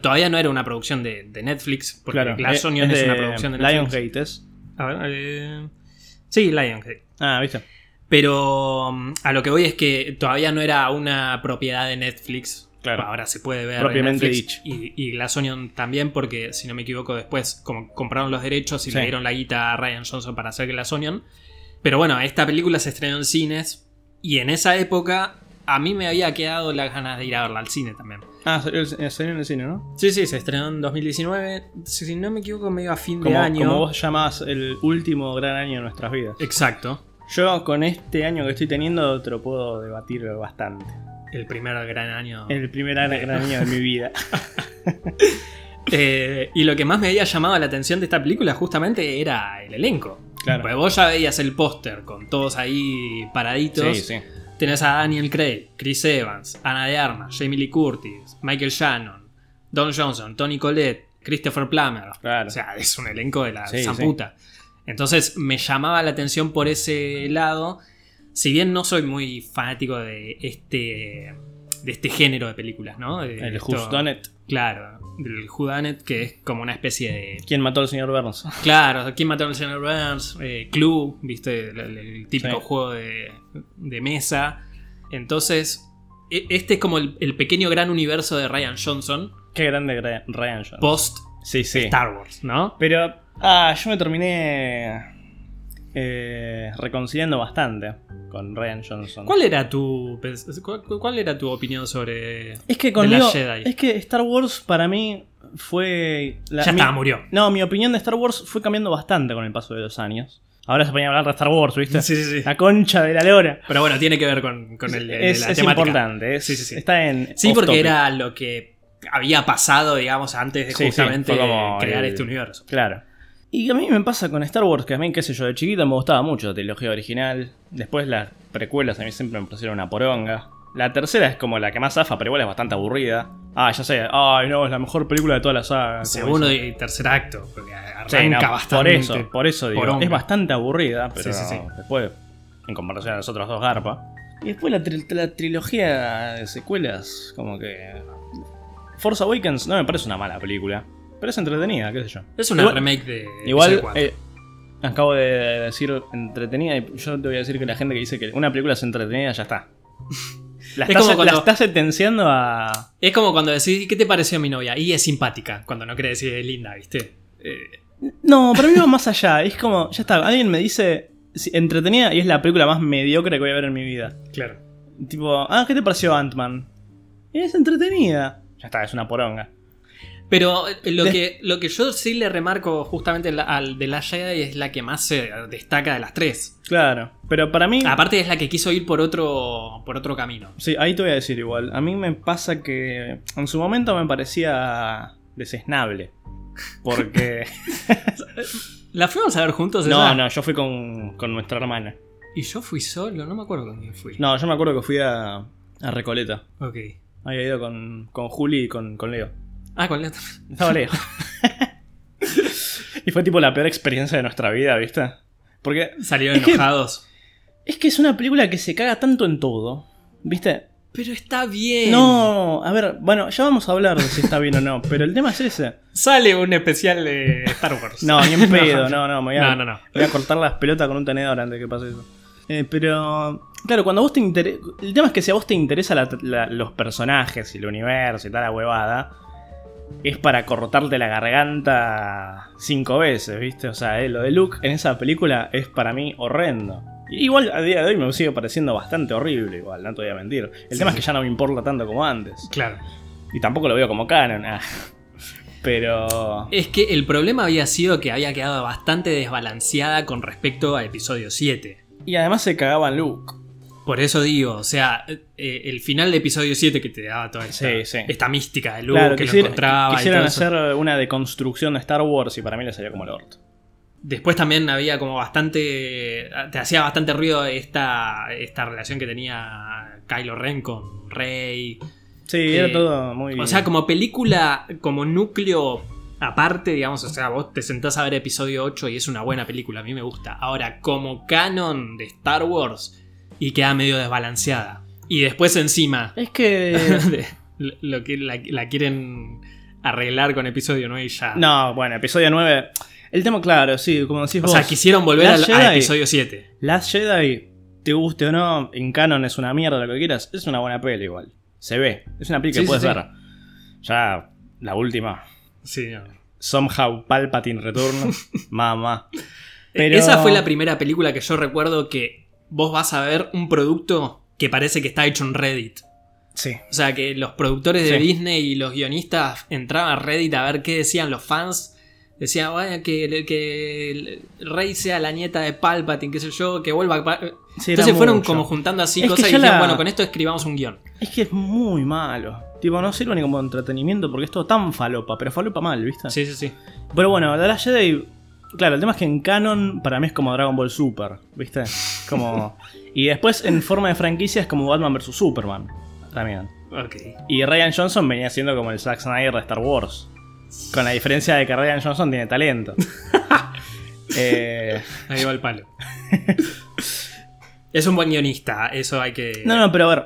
todavía no era una producción de, de Netflix, porque Claro. Glass Eh, Onion es, de una producción de Netflix. Lionsgate es. A ver, eh, sí, Lionhead. Ah, ¿viste? Pero mm, a lo que voy es que todavía no era una propiedad de Netflix. Claro. Ahora se puede ver. en Propiamente Netflix Y, y Glass Onion también, porque si no me equivoco, después como compraron los derechos y Sí. le dieron la guita a Ryan Johnson para hacer Glass Onion. Pero bueno, esta película se estrenó en cines y en esa época a mí me había quedado las ganas de ir a verla al cine también. Ah, salió, salió en el cine, ¿no? Sí, sí, se estrenó en 2019. Si no me equivoco, medio a fin de Como, año. como vos llamás el último gran año de nuestras vidas. Exacto. Yo con este año que estoy teniendo te lo puedo debatir bastante. El primer gran año. El primer gran gran año de mi vida. Eh, y lo que más me había llamado la atención de esta película justamente era el elenco. Porque Claro. vos ya veías el póster con todos ahí paraditos. Tenés a Daniel Craig, Chris Evans, Ana de Armas, Jamie Lee Curtis, Michael Shannon, Don Johnson, Tony Collette, Christopher Plummer. Claro. O sea, es un elenco de la Sí, zamputa. Entonces me llamaba la atención por ese lado. Si bien no soy muy fanático de este de este género de películas, ¿no? De El esto- Who's Done It. Claro, del Whodunit, que es como una especie de. ¿Quién mató al señor Burns? Claro, ¿quién mató al señor Burns? Eh, Clue, ¿viste? El, el- el típico Sí. juego de, de mesa. Entonces, e- este es como el, el pequeño gran universo de Ryan Johnson, Qué grande Gra- Ryan Johnson. post Sí, sí. Star Wars, ¿no? Pero, ah, yo me terminé eh, reconciliando bastante con Ryan Johnson. ¿Cuál era tu pens- cuál, cuál era tu opinión sobre Es que de la conmigo, Jedi? es que Star Wars para mí fue... la- ya mi- está, murió. No, mi opinión de Star Wars fue cambiando bastante con el paso de los años. Ahora se ponía a hablar de Star Wars, ¿viste? sí, sí. La concha de la lora. Pero bueno, tiene que ver con, con el, el- es la es temática. importante, es- Sí, sí, sí. está en... Sí, off porque topic. era lo que había pasado, digamos, antes de Sí, sí, justamente fue como crear el- este universo. Claro. Y a mí me pasa con Star Wars, que a mí, qué sé yo, de chiquita me gustaba mucho la trilogía original. Después las precuelas a mí siempre me pusieron una poronga. La tercera es como la que más zafa, pero igual es bastante aburrida. Ah, ya sé. Ay, no, es la mejor película de toda la saga. como Segundo dicen. y tercer acto, porque arranca Sí, no, Por bastante. eso, por eso digo. poronga. Es bastante aburrida, pero Sí, sí, sí. después, en comparación a los otros dos, garpa. Y después la, tri- la trilogía de secuelas, como que... Force Awakens no me parece una mala película, pero es entretenida, qué sé yo. Es una Igual- remake de episodio Igual, cuatro. eh, acabo de decir entretenida y yo te voy a decir que la gente que dice que una película es entretenida ya está. La Es estás, como la cuando- estás sentenciando a... Es como cuando decís, ¿qué te pareció mi novia? Y es simpática, cuando no quiere decir es linda, ¿viste? Eh, No, para mí va más allá. Es como, ya está, alguien me dice si- entretenida y es la película más mediocre que voy a ver en mi vida. claro. Tipo, ah, ¿qué te pareció Ant-Man? Es entretenida. Ya está, es una poronga. Pero eh, lo, De- que, lo que yo sí le remarco justamente la- al de la Jedi es la que más se destaca de las tres. Claro, pero para mí... Aparte es la que quiso ir por otro, por otro camino. Sí, ahí te voy a decir igual. A mí me pasa que en su momento me parecía desesnable. Porque... ¿La fuimos a ver juntos? No, esa? no, yo fui con, con nuestra hermana. Y yo fui solo, no me acuerdo con quién fui. No, yo me acuerdo que fui a, a Recoleta. Ok. Había ido con, con Juli y con, con Leo. Ah, con Leo también. Estaba Leo. y fue tipo la peor experiencia de nuestra vida, ¿viste? Porque Salieron Es que- enojados. es que es una película que se caga tanto en todo, ¿viste? Pero está bien. No, a ver, bueno, ya vamos a hablar de si está bien o no, pero el tema es ese. Sale un especial de Star Wars. No, ni en pedo, no, no, me voy a, No, no, no. Voy a cortar las pelotas con un tenedor antes que pase eso. Eh, pero, claro, cuando a vos te interesa. El tema es que si a vos te interesan los personajes y el universo y tal, la huevada, es para cortarte la garganta cinco veces, ¿viste? O sea, eh, lo de Luke en esa película es para mí horrendo. Y Igual a día de hoy me sigue pareciendo bastante horrible, igual, no te voy a mentir. El Sí, tema sí. es que ya no me importa tanto como antes. Claro. Y tampoco lo veo como canon. ah. Pero. Es que el problema había sido que había quedado bastante desbalanceada con respecto a episodio 7. Y además se cagaba en Luke. Por eso digo, o sea, eh, el final de episodio 7 que te daba toda esta, Sí, sí. esta mística de Luke que quisiera- lo encontraba. y quisieron todo eso. hacer una deconstrucción de Star Wars y para mí le salió como el orto. Después también había como bastante. Te hacía bastante ruido esta, esta relación que tenía Kylo Ren con Rey. Sí, Eh, era todo muy... O sea, como película, como núcleo aparte, digamos, o sea, vos te sentás a ver episodio 8 y es una buena película, a mí me gusta. Ahora, como canon de Star Wars, y queda medio desbalanceada. Y después encima, Es que... de- lo que la, la quieren arreglar con episodio 9 y ya. no, bueno, episodio 9... El tema claro, sí, como decís o vos... sea, quisieron volver La al, a Jedi. episodio 7. Last Jedi, te guste o no, en canon es una mierda, lo que quieras, es una buena peli igual. Se ve, es una peli que Sí, sí, puedes sí. ver. Ya, la última. Sí, no. Somehow Palpatine Return, mamá. Pero- Esa fue la primera película que yo recuerdo que vos vas a ver un producto que parece que está hecho en Reddit. Sí. O sea, que los productores de Sí. Disney y los guionistas entraban a Reddit a ver qué decían los fans. Decían, bueno, que, que el Rey sea la nieta de Palpatine, qué sé yo, que vuelva. a Pa- sí, era Entonces fueron mucho. como juntando así Es que cosas y ya dijeron, la- bueno, con esto escribamos un guión. Es que es muy malo. Tipo, no sirve ni como entretenimiento porque es todo tan falopa, pero falopa mal, ¿viste? Sí, sí, sí. Pero bueno, The Last Jedi. Claro, el tema es que en canon para mí es como Dragon Ball Super, ¿viste? Como. y después en forma de franquicia es como Batman vs Superman. También. Ok. Y Ryan Johnson venía siendo como el Zack Snyder de Star Wars. Con la diferencia de que Ryan Johnson tiene talento. Eh, Ahí va el palo. es un buen guionista, eso hay que. no, no, pero a ver.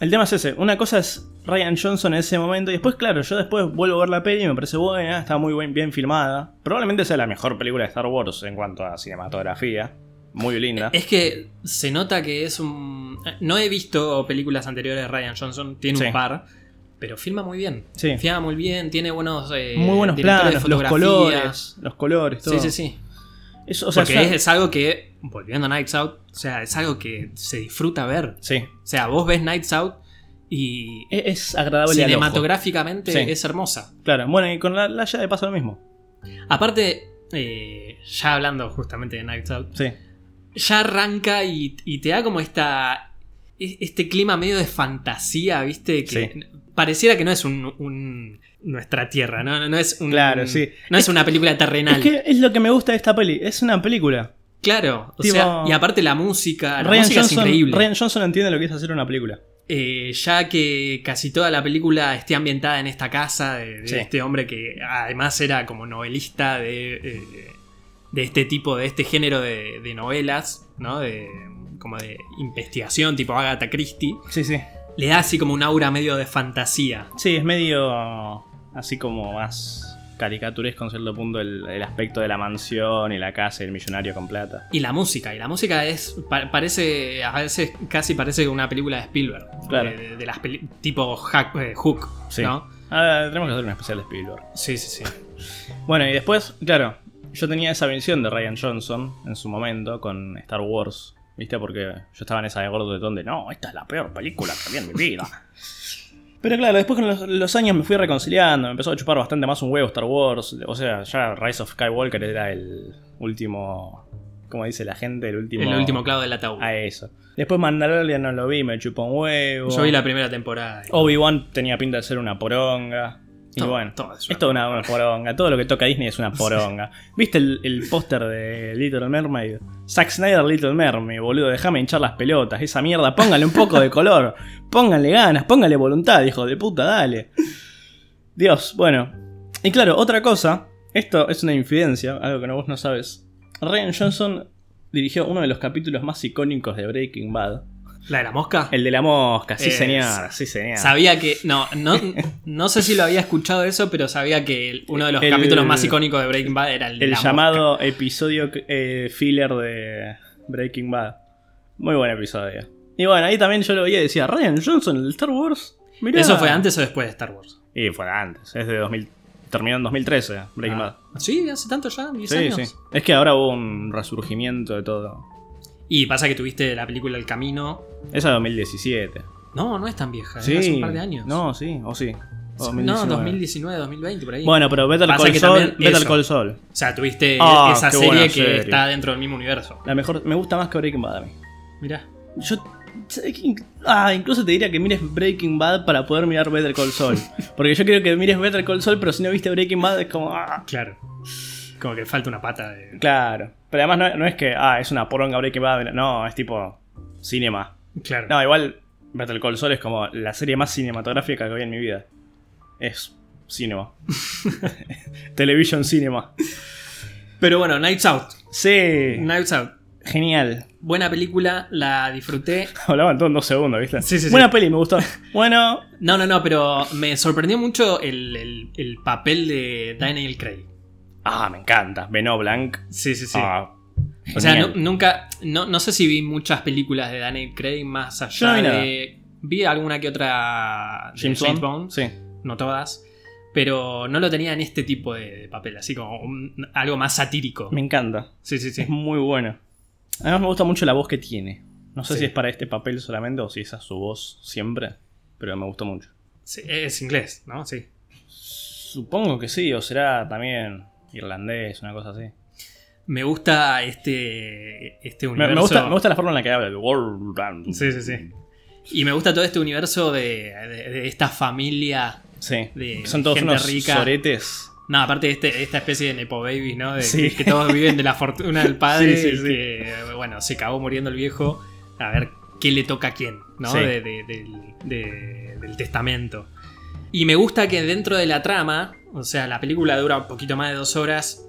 El tema es ese. Una cosa es Ryan Johnson en ese momento. Y después, claro, yo después vuelvo a ver la peli y me parece buena. Está muy buen- bien filmada. Probablemente sea la mejor película de Star Wars en cuanto a cinematografía. Muy linda. Es que se nota que es un. eh, No he visto películas anteriores de Ryan Johnson, tiene Sí. un par, pero filma muy bien. Sí. Filma muy bien, tiene buenos. eh, Muy buenos directores planos, los fotografía. colores, los colores, todo. Sí, sí, sí. Es- o sea, Porque es- es, es algo que, volviendo a Nights Out, o sea, es algo que se disfruta ver. sí. O sea, vos ves Nights Out y Es, es agradable al ojo. cinematográficamente Sí. es hermosa. Claro, bueno, y con la, la llave pasa lo mismo. Aparte, eh, ya hablando justamente de Nights Out, Sí. ya arranca y, y te da como esta. e- Este clima medio de fantasía, ¿viste? Que pareciera que no es un, un- nuestra tierra, ¿no? No, no es un- Claro, sí. No es una película terrenal. Es que es lo que me gusta de esta peli. Es una película. claro, o tipo- sea, y aparte la música, la Ryan música Johnson, es increíble. Ryan Johnson entiende lo que es hacer una película. Eh, ya que casi toda la película esté ambientada en esta casa de, de Sí. este hombre que además era como novelista de, eh, de este tipo, de este género de, de novelas, ¿no? De, como de investigación, tipo Agatha Christie, Sí, sí. le da así como un aura medio de fantasía. Sí, es medio así como más caricaturesco en cierto punto el, el aspecto de la mansión y la casa y el millonario con plata. Y la música, y la música es, pa- parece, a veces casi parece una película de Spielberg, Claro. de, de- de las peli- tipo Hack- eh, Hook, Sí. ¿no? Ah, tenemos que hacer un especial de Spielberg. Sí, sí, sí. Bueno, y después, claro, yo tenía esa visión de Ryan Johnson en su momento con Star Wars. ¿Viste? Porque yo estaba en esa de gordo de donde, no, esta es la peor película que vi en mi vida. Pero claro, después con los, los años me fui reconciliando, me empezó a chupar bastante más un huevo Star Wars. O sea, ya Rise of Skywalker era el último, como dice la gente, el último... El último clavo del ataúd. a eso. Después Mandalorian no lo vi, me chupó un huevo. Yo vi la primera temporada. y- Obi-Wan tenía pinta de ser una poronga. Y Todo- bueno, todo es una es toda una, una poronga. Todo lo que toca Disney es una poronga. ¿Viste el, el póster de Little Mermaid? Zack Snyder, Little Mermaid, boludo. Déjame hinchar las pelotas. Esa mierda, póngale un poco de color. Póngale ganas, póngale voluntad, hijo de puta, dale. Dios, bueno. Y claro, otra cosa. Esto es una infidencia, algo que no, vos no sabes. Ryan Johnson dirigió uno de los capítulos más icónicos de Breaking Bad. ¿La de la mosca? El de la mosca, sí Es- señor, sí señor. Sabía que. No, no, no sé si lo había escuchado eso, pero sabía que el- uno de los El- capítulos más icónicos de Breaking Bad era el de El la mosca. llamado episodio eh, filler de Breaking Bad. Muy buen episodio. Y bueno, ahí también yo lo veía y decía, Ryan Johnson, el de Star Wars. Mirá. ¿Eso fue antes o después de Star Wars? Y fue antes, es de 2000. Terminó en 2013, Breaking Bad. Ah, Sí, hace tanto ya, 10 Sí, años. sí. Es que ahora hubo un resurgimiento de todo. Y pasa que tuviste la película El Camino. Esa es 2017. No, no es tan vieja, ¿eh? sí. hace un par de años. No, sí, o sí. O 2019. No, 2019, 2020, por ahí. Bueno, pero Better Pasa Call que Saul, también Better eso. Call Saul. o sea, tuviste Ah, esa qué buena serie que serie. está dentro del mismo universo. La mejor, me gusta más que Breaking Bad a mí. Mirá. Yo. ¿sabés qué? Inc- Ah, incluso te diría que mires Breaking Bad para poder mirar Better Call Saul. Porque yo creo que mires Better Call Saul, pero si no viste Breaking Bad es como. ah, Claro. Como que falta una pata de. claro. Pero además no, no es que. Ah, es una poronga Breaking Bad. No, es tipo. Cinema. Claro. No, igual. Better Call Saul es como la serie más cinematográfica que vi en mi vida. Es. Cinema. Television Cinema. Pero bueno, Nights Out. Sí. Nights Out. Genial. Buena película, la disfruté. Hablaban todo en dos segundos, ¿viste? Sí, sí, sí. Buena peli, me gustó. Bueno. No, no, no, pero me sorprendió mucho el, el- el papel de Daniel Craig. Ah, me encanta. Beno Blanc. Sí, sí, sí. Ah, o sea, genial. nu- nunca. No, mm, no sé si vi muchas películas de Daniel Craig más Yo no allá vi nada. de. Vi alguna que otra de James Bond. Sí. no todas. Pero no lo tenía en este tipo de, de papel, así como un- algo más satírico. Me encanta. Sí, sí, sí. Es muy bueno. Además me gusta mucho la voz que tiene. No sé Sí. si es para este papel solamente o si esa es su voz siempre, pero me gustó mucho. Sí, Es inglés, ¿no? Sí. Supongo que sí, o será también irlandés, una cosa así. Me gusta este, este Me, universo. me gusta, me gusta la forma en la que habla. el world- Sí, sí, sí. Y me gusta todo este universo de, de- de esta familia. Sí. De Son todos gente unos rica. soretes. No, aparte de este- esta especie de Nepo Babies, ¿no? De, Sí. Que todos viven de la fortuna del padre. Sí, sí, y sí. que, bueno, se acabó muriendo el viejo. A ver qué le toca a quién, ¿no? Sí. De- de- del- de- del testamento. Y me gusta que dentro de la trama, o sea, la película dura un poquito más de dos horas.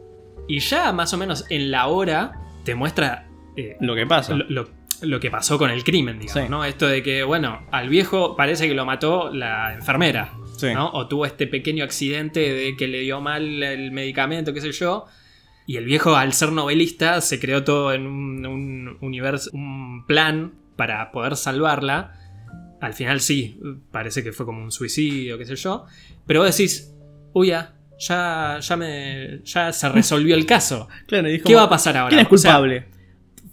Y ya más o menos en la hora te muestra. eh, Lo que pasa. lo, lo- lo que pasó con el crimen, digamos, Sí. ¿no? Esto de que, bueno, al viejo parece que lo mató la enfermera, Sí. ¿no? O tuvo este pequeño accidente de que le dio mal el medicamento, qué sé yo. Y el viejo, al ser novelista, se creó todo en un, un universo, un plan para poder salvarla. Al final sí, parece que fue como un suicidio, qué sé yo. Pero vos decís, uy, ya, ya, ya me, ya se resolvió el caso. Claro, y es ¿Qué como, va a pasar ahora? ¿Quién es O sea, culpable?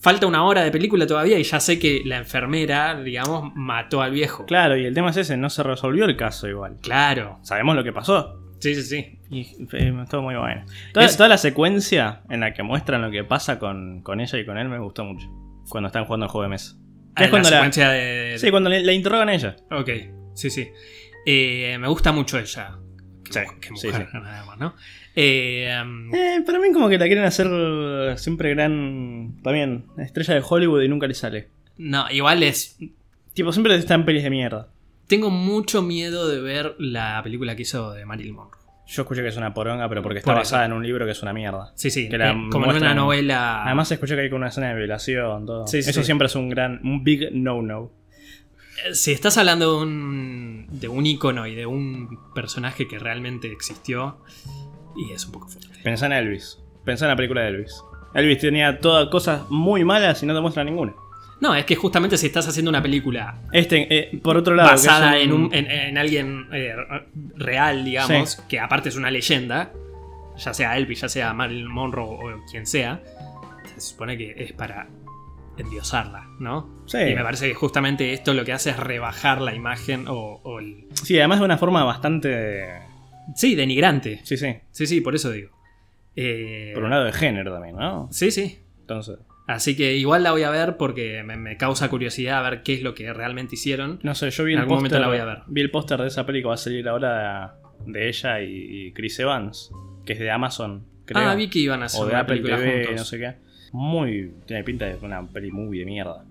falta una hora de película todavía y ya sé que la enfermera, digamos, mató al viejo. Claro, y el tema es ese, no se resolvió el caso igual. Claro. Sabemos lo que pasó, Sí, sí, sí. Y eh, estuvo muy bueno. Toda, Es- toda la secuencia en la que muestran lo que pasa con, con ella y con él me gustó mucho. Cuando están jugando al juego de mesa. Ah, Es cuando la- la secuencia de... Sí, cuando le, la interrogan a ella. Ok, sí, sí. Eh, me gusta mucho ella. Qué Sí, mu- qué sí, mujer, nada más, ¿no? Eh, um, Eh, para mí como que la quieren hacer siempre gran... También, estrella de Hollywood y nunca le sale. no, igual es. Tipo, siempre está en pelis de mierda. Tengo mucho miedo de ver la película que hizo de Marilyn Monroe. Yo escuché que es una poronga, pero porque está Por eso. basada en un libro que es una mierda. Sí, sí, Que la eh, como en muestran- una novela. Además escuché que hay como una escena de violación, todo. Sí, sí, Eso sí. siempre es un gran, un big no-no. Eh, Si estás hablando de un, de un icono y de un personaje que realmente existió, y es un poco fuerte. Pensá en Elvis. Pensá en la película de Elvis. Elvis tenía todas cosas muy malas y no te muestra ninguna. No, es que justamente si estás haciendo una película Este, eh, por otro lado... que es basada en, un- en- en alguien eh, real, digamos, Sí. que aparte es una leyenda, ya sea Elvis, ya sea Marilyn Monroe o quien sea, se supone que es para endiosarla, ¿no? Sí. Y me parece que justamente esto lo que hace es rebajar la imagen o, o el... Sí, además de una forma bastante... Sí, denigrante. Sí, sí. Sí, sí, por eso digo. Eh, Por un lado de género también, ¿no? Sí, sí. Entonces... Así que igual la voy a ver porque me, me causa curiosidad a ver qué es lo que realmente hicieron. No sé, yo vi En el algún momento póster. la voy a ver. Vi el póster de esa peli que va a salir ahora de ella y, y Chris Evans, que es de Amazon, creo. Ah, vi que iban a hacer o de una Apple película TV, juntos. no sé qué. Muy. Tiene pinta de una peli movie de mierda.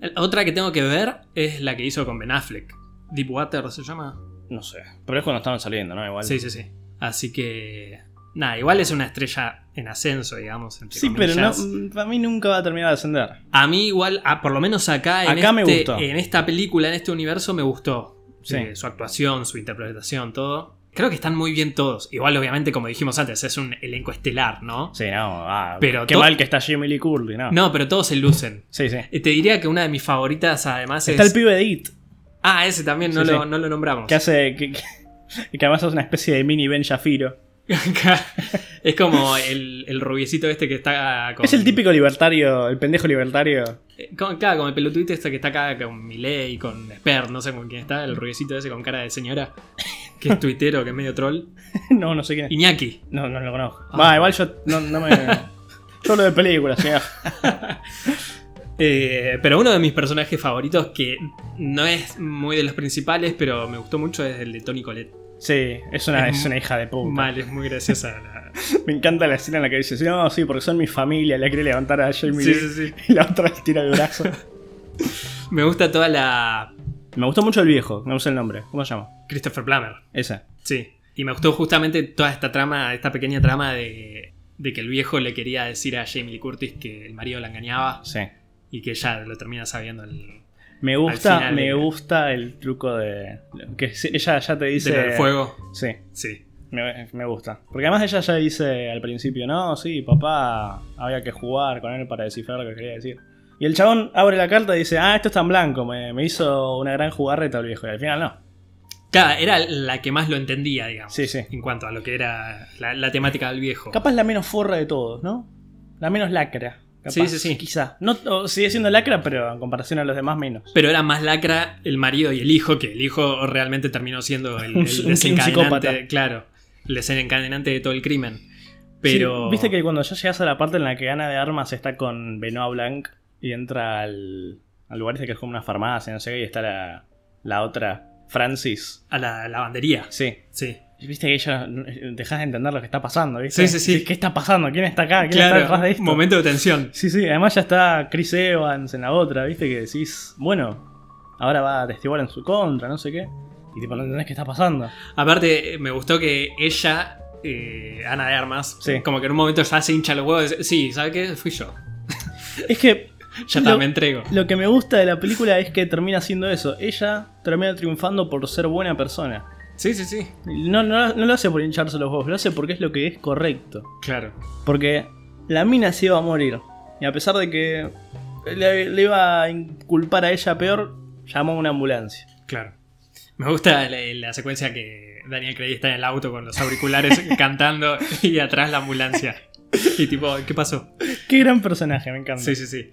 El- Otra que tengo que ver es la que hizo con Ben Affleck. Deepwater se llama. No sé. Pero es cuando estaban saliendo, ¿no? Igual. Sí, sí, sí. Así que. Nada, igual es una estrella en ascenso, digamos. entre Sí, pero no, comillas. para mí nunca va a terminar de ascender. A mí, igual, ah, por lo menos acá, en, Acá me este- gustó. en esta película, en este universo, me gustó. Sí. Eh, su actuación, su interpretación, todo. Creo que están muy bien todos. Igual, obviamente, como dijimos antes, es un elenco estelar, ¿no? Sí, no. Ah, Pero qué to- mal que está Jimmy Lee Curly, ¿no? No, pero todos se lucen. Sí, sí. Eh, Te diría que una de mis favoritas, además, Está el es. pibe de It, Ah, ese también no, Sí, lo, sí. no lo nombramos. que hace. Que, que- que además es una especie de mini Ben Shafiro. es como el, el rubiecito este que está con. Es el típico libertario, el pendejo libertario. eh, Con, claro, con el pelotudito este que está acá con Miley, con Spert, no sé con quién está, el rubiecito ese con cara de señora, que es tuitero, que es medio troll. no, no sé quién es. Iñaki. No, no lo conozco. Ah. Va, igual yo no, no me. yo lo de películas, señor. Eh, pero uno de mis personajes favoritos, que no es muy de los principales, pero me gustó mucho, es el de Tony Colette. Sí, es una, Es es una hija de puta. Mal, es muy graciosa. la- Me encanta la escena en la que dice, no, sí, porque son mi familia, la quiere levantar a Jamie Sí, Lee". sí, sí. Y la otra le tira el brazo. Me gusta toda la. me gustó mucho el viejo, me gusta el nombre. ¿Cómo se llama? Christopher Plummer. Ese. Sí. Y me gustó justamente toda esta trama, esta pequeña trama de, de que el viejo le quería decir a Jamie Lee Curtis que el marido la engañaba Sí. y que ella lo termina sabiendo el, Me gusta, final, me eh. gusta gusta el truco de. que se- ella ya te dice. del fuego. Sí, Sí. me, me gusta. Porque además ella ya dice al principio, no, sí, papá, había que jugar con él para descifrar lo que quería decir. Y el chabón abre la carta y dice, ah, esto está en blanco, me, me hizo una gran jugarreta el viejo. Y al final no. Claro, era la que más lo entendía, digamos. Sí, sí. En cuanto a lo que era la, la temática del viejo. Capaz la menos forra de todos, ¿no? La menos lacra. Capaz, Sí, sí, sí. Quizá. No, o sigue siendo lacra, pero en comparación a los demás menos. Pero era más lacra el marido y el hijo, que el hijo realmente terminó siendo el, el Un- un desencadenante. psicópata. claro, el desencadenante de todo el crimen. Pero. Sí, Viste que cuando ya llegas a la parte en la que Ana de Armas está con Benoit Blanc y entra al, al lugar este que es como una farmacia, no sé qué, y está la, la otra, Francis. A la lavandería. Sí. Sí. Viste que ella dejas de entender lo que está pasando, ¿viste? Sí, sí, sí. Decís, ¿Qué está pasando? ¿Quién está acá? ¿Quién está detrás de esto? momento de tensión. Sí, sí, además ya está Chris Evans en la otra, ¿viste? Que decís, bueno, ahora va a testiguar en su contra, no sé qué. Y tipo, no entendés qué está pasando. Aparte, eh, me gustó que ella, eh, Ana de Armas, Sí. como que en un momento ya se hincha los huevos. y dice, Sí, ¿sabes qué? Fui yo. Es que Ya Lo- está, me entrego. lo que me gusta de la película es que termina siendo eso. Ella termina triunfando por ser buena persona. Sí, sí, sí. No, no, no lo hace por hincharse los huevos, lo hace porque es lo que es correcto. Claro. Porque la mina se iba a morir. Y a pesar de que le, le iba a inculpar a ella peor, llamó a una ambulancia. Claro. Me gusta la, la secuencia que Daniel Craig está en el auto con los auriculares cantando y atrás la ambulancia. Y tipo, ¿qué pasó? Qué gran personaje, me encanta. Sí, sí, sí.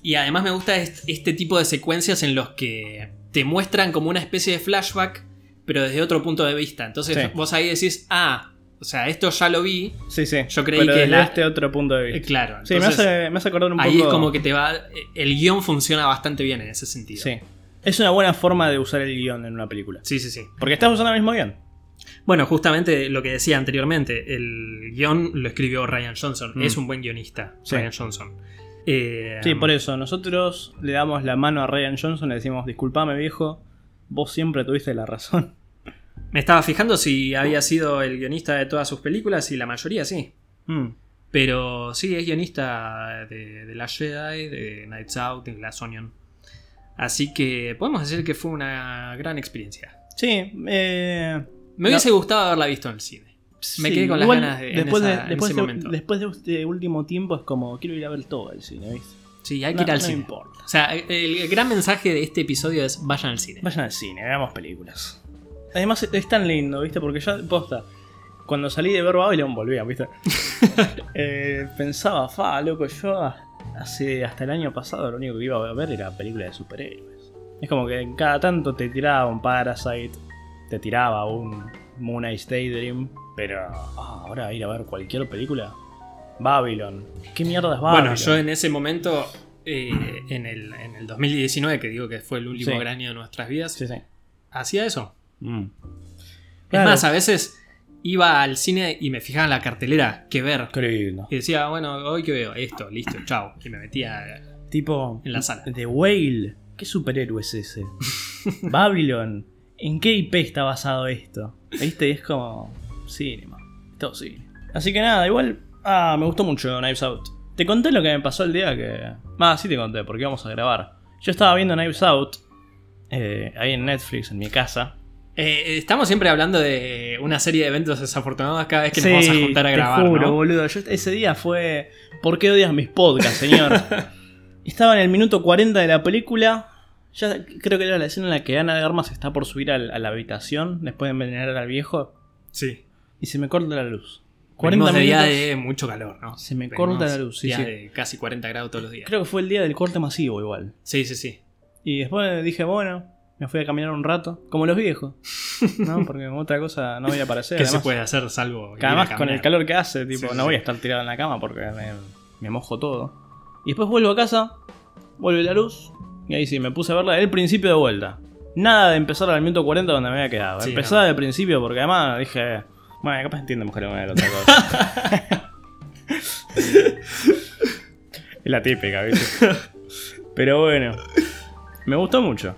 Y además me gusta est- este tipo de secuencias en los que te muestran como una especie de flashback, pero desde otro punto de vista. Entonces Sí. vos ahí decís, ah, o sea, esto ya lo vi, Sí, sí. Yo creí Pero que desde la- este otro punto de Eh, vista. Claro, Sí, entonces, me, hace, me hace acordar un ahí poco. es como que te va. El guión funciona bastante bien en ese sentido. Sí. Es una buena forma de usar el guión en una película. Sí, sí, sí. Porque estás usando el mismo guión. Bueno, justamente lo que decía anteriormente, el guión lo escribió Ryan Johnson. Mm. Es un buen guionista, Sí. Ryan Johnson. Eh, Sí, por eso nosotros le damos la mano a Ryan Johnson, le decimos, disculpame viejo, vos siempre tuviste la razón. Me estaba fijando si había sido el guionista de todas sus películas y la mayoría sí. Mm, Pero sí, es guionista de, de La Jedi, de Nights Out, de Glass Onion. Así que podemos decir que fue una gran experiencia. Sí, eh, No. Me hubiese gustado haberla visto en el cine. Me sí, quedé con las igual ganas de, en después esa- en después ese de- momento. Después de este último tiempo es como, quiero ir a ver todo el cine, ¿viste? sí, hay que No- ir al no cine. importa. O sea, el el gran mensaje de este episodio es vayan al cine. Vayan al cine, veamos películas. Además es tan lindo, ¿viste? Porque ya, posta, cuando salí de ver Babylon volvía, ¿viste? Eh, pensaba, fa, loco, yo hace, hasta el año pasado lo único que iba a ver era películas de superhéroes. Es como que en cada tanto te tiraba un Parasite, te tiraba un Moon Age Daydream, pero ah, ahora ir a ver cualquier película. Babylon. ¿Qué mierda es Babylon? Bueno, yo en ese momento, eh, en, el, en el 2019, que digo que fue el último Sí. gran año de nuestras vidas, Sí, sí. hacía eso. Mm. Claro. Es más, a veces iba al cine y me fijaba en la cartelera, qué ver. Qué lindo. Y decía, bueno, hoy que veo esto, listo, chao. Y me metía. Eh, Tipo. En la sala. The Whale. ¿Qué superhéroe es ese? Babylon. ¿En qué IP está basado esto? ¿Viste? Es como. Cinema. Todo cine. Así que nada, igual. Ah, me gustó mucho Knives Out. Te conté lo que me pasó el día que. Ah, sí te conté, porque íbamos a grabar. Yo estaba viendo Knives Out. eh, ahí en Netflix, en mi casa. Eh, estamos siempre hablando de una serie de eventos desafortunados cada vez que nos vamos a juntar a grabar. Te juro, ¿no? boludo. Yo- ese día fue. ¿Por qué odias mis podcasts, señor? Estaba en el minuto 40 de la película. Ya creo que era la escena en la que Ana de Armas está por subir al- a la habitación después de envenenar al viejo. Sí. Y se me corta la luz. 40 40 de día minutos. de mucho calor, ¿no? Se me Venimos corta la luz, sí, días sí. de casi 40 grados todos los días. Creo que fue el día del corte masivo, igual. Sí, sí, sí. Y después dije, bueno, me fui a caminar un rato. Como los viejos. ¿No? Porque otra cosa no voy a aparecer. ¿Qué se además. puede hacer salvo. ir a Además, con caminar? el calor que hace, tipo, Sí, sí, no sí. voy a estar tirado en la cama porque me, me mojo todo. Y después vuelvo a casa, vuelve la luz, y ahí sí, me puse a verla del principio de vuelta. Nada de empezar al minuto 40 donde me había quedado. Sí, Empezaba no. del principio porque además dije, bueno, capaz entiendo mujer de otra cosa. es la típica, ¿viste? Pero bueno, me gustó mucho.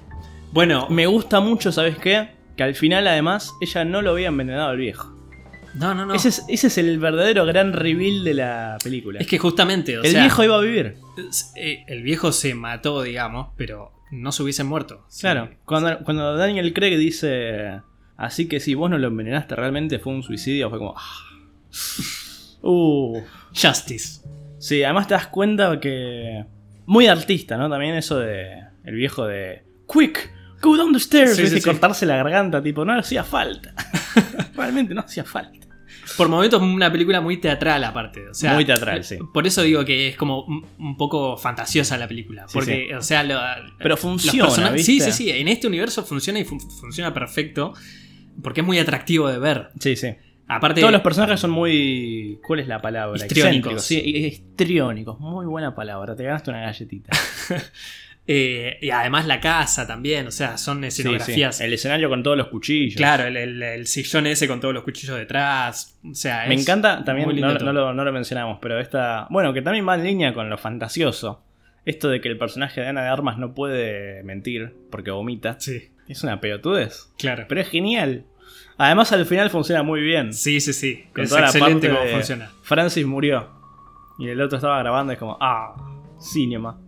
Bueno, Me gusta mucho, ¿sabes qué? Que al final, además, ella no lo había envenenado al viejo. no, no, no. Ese, Es, es, ese es el verdadero gran reveal de la película. que justamente, o el sea, viejo iba a vivir. es- eh, el viejo se mató, digamos, pero no se hubiese muerto. Sí. Claro. Cuando, cuando Daniel Craig dice. Así que si vos no lo envenenaste, realmente fue un suicidio. Fue como. "Ah". Uh. Justice. Sí, además te das cuenta que. Muy artista, ¿no? También eso de. El viejo de. ¡Quick! ¡Go down the stairs! Sí, ¿viste? sí, sí. cortarse la garganta, tipo, no hacía falta. realmente no hacía falta. Por momentos una película muy teatral aparte. O sea, Muy teatral, sí. Por eso digo que es como un, un poco fantasiosa la película. Sí, Porque, o sea, lo- Pero los funciona, persona- ¿viste? Sí, sí, sí. En este universo funciona y fun- funciona perfecto. Porque es muy atractivo de ver. Sí, sí. Aparte, Todos los personajes son muy. ¿Cuál es la palabra? Histriónicos. Excéntricos, Sí, hi- histriónicos. Muy buena palabra. Te ganaste una galletita. eh, y además la casa también. O sea, son Sí, escenografías sí. El escenario con todos los cuchillos. Claro, el, el- el sillón ese con todos los cuchillos detrás. O sea, Me es encanta también, muy lindo no, no todo. lo, no lo mencionamos, pero esta. Bueno, que también va en línea con lo fantasioso. Esto de que el personaje de Ana de Armas no puede mentir porque vomita. Sí, Es una pelotudez. claro. Pero es genial. Además, al final funciona muy bien. Sí, sí, sí. Con es toda la parte excelente cómo de- funciona. Francis murió. Y el otro estaba grabando y es como, ah, cinema.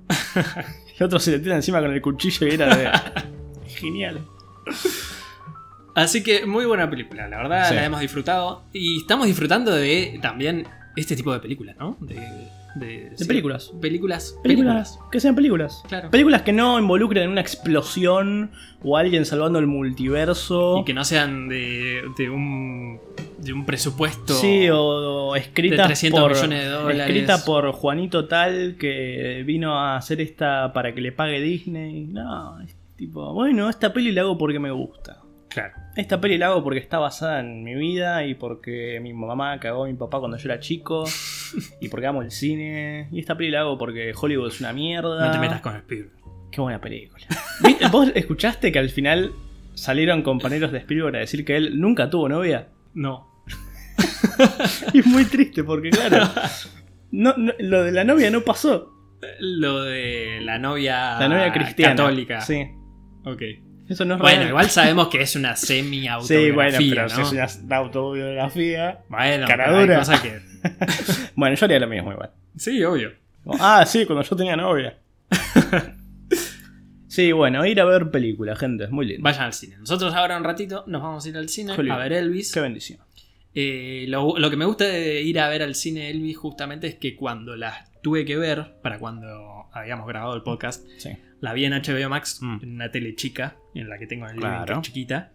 el otro se le tira encima con el cuchillo y era de... Genial. Así que muy buena película, la verdad Sí. la hemos disfrutado. Y estamos disfrutando de también este tipo de películas, ¿no? De, de- sí. películas. Películas. Películas, que sean películas. Claro. Películas que no involucren una explosión o alguien salvando el multiverso. Y que no sean de, de un, de un presupuesto. Sí, o, o escritas De 300 por, millones de dólares. Escrita por Juanito Tal que vino a hacer esta para que le pague Disney. No, es tipo, bueno, esta peli la hago porque me gusta. Claro. Esta peli la hago porque está basada en mi vida y porque mi mamá cagó a mi papá cuando yo era chico y porque amo el cine. Y esta peli la hago porque Hollywood es una mierda. No te metas con el pibe. Qué buena película. ¿Viste? ¿Vos escuchaste que al final salieron compañeros de Spielberg a decir que él nunca tuvo novia? No. Y es muy triste porque, claro, no- no- lo de la novia no pasó. Lo de la novia, La novia cristiana. Ah, católica. Sí. Ok. Eso no es Bueno, real. igual sabemos que es una semi Sí, bueno, autobiografía, pero ¿no? si es una autobiografía. Bueno, cara pero hay dura. cosas que Bueno, yo haría lo mismo igual. Sí, obvio. Como, Ah, sí, cuando yo tenía novia. Sí, bueno, ir a ver películas, gente, es muy lindo. Vayan al cine. Nosotros ahora un ratito nos vamos a ir al cine Jolín. a ver Elvis. Qué bendición. Eh, lo, lo que me gusta de ir a ver al cine Elvis justamente es que cuando las tuve que ver, para cuando habíamos grabado el podcast, Sí. la vi en HBO Max, Mm. en una tele chica, en la que tengo en el living, Claro. que es chiquita.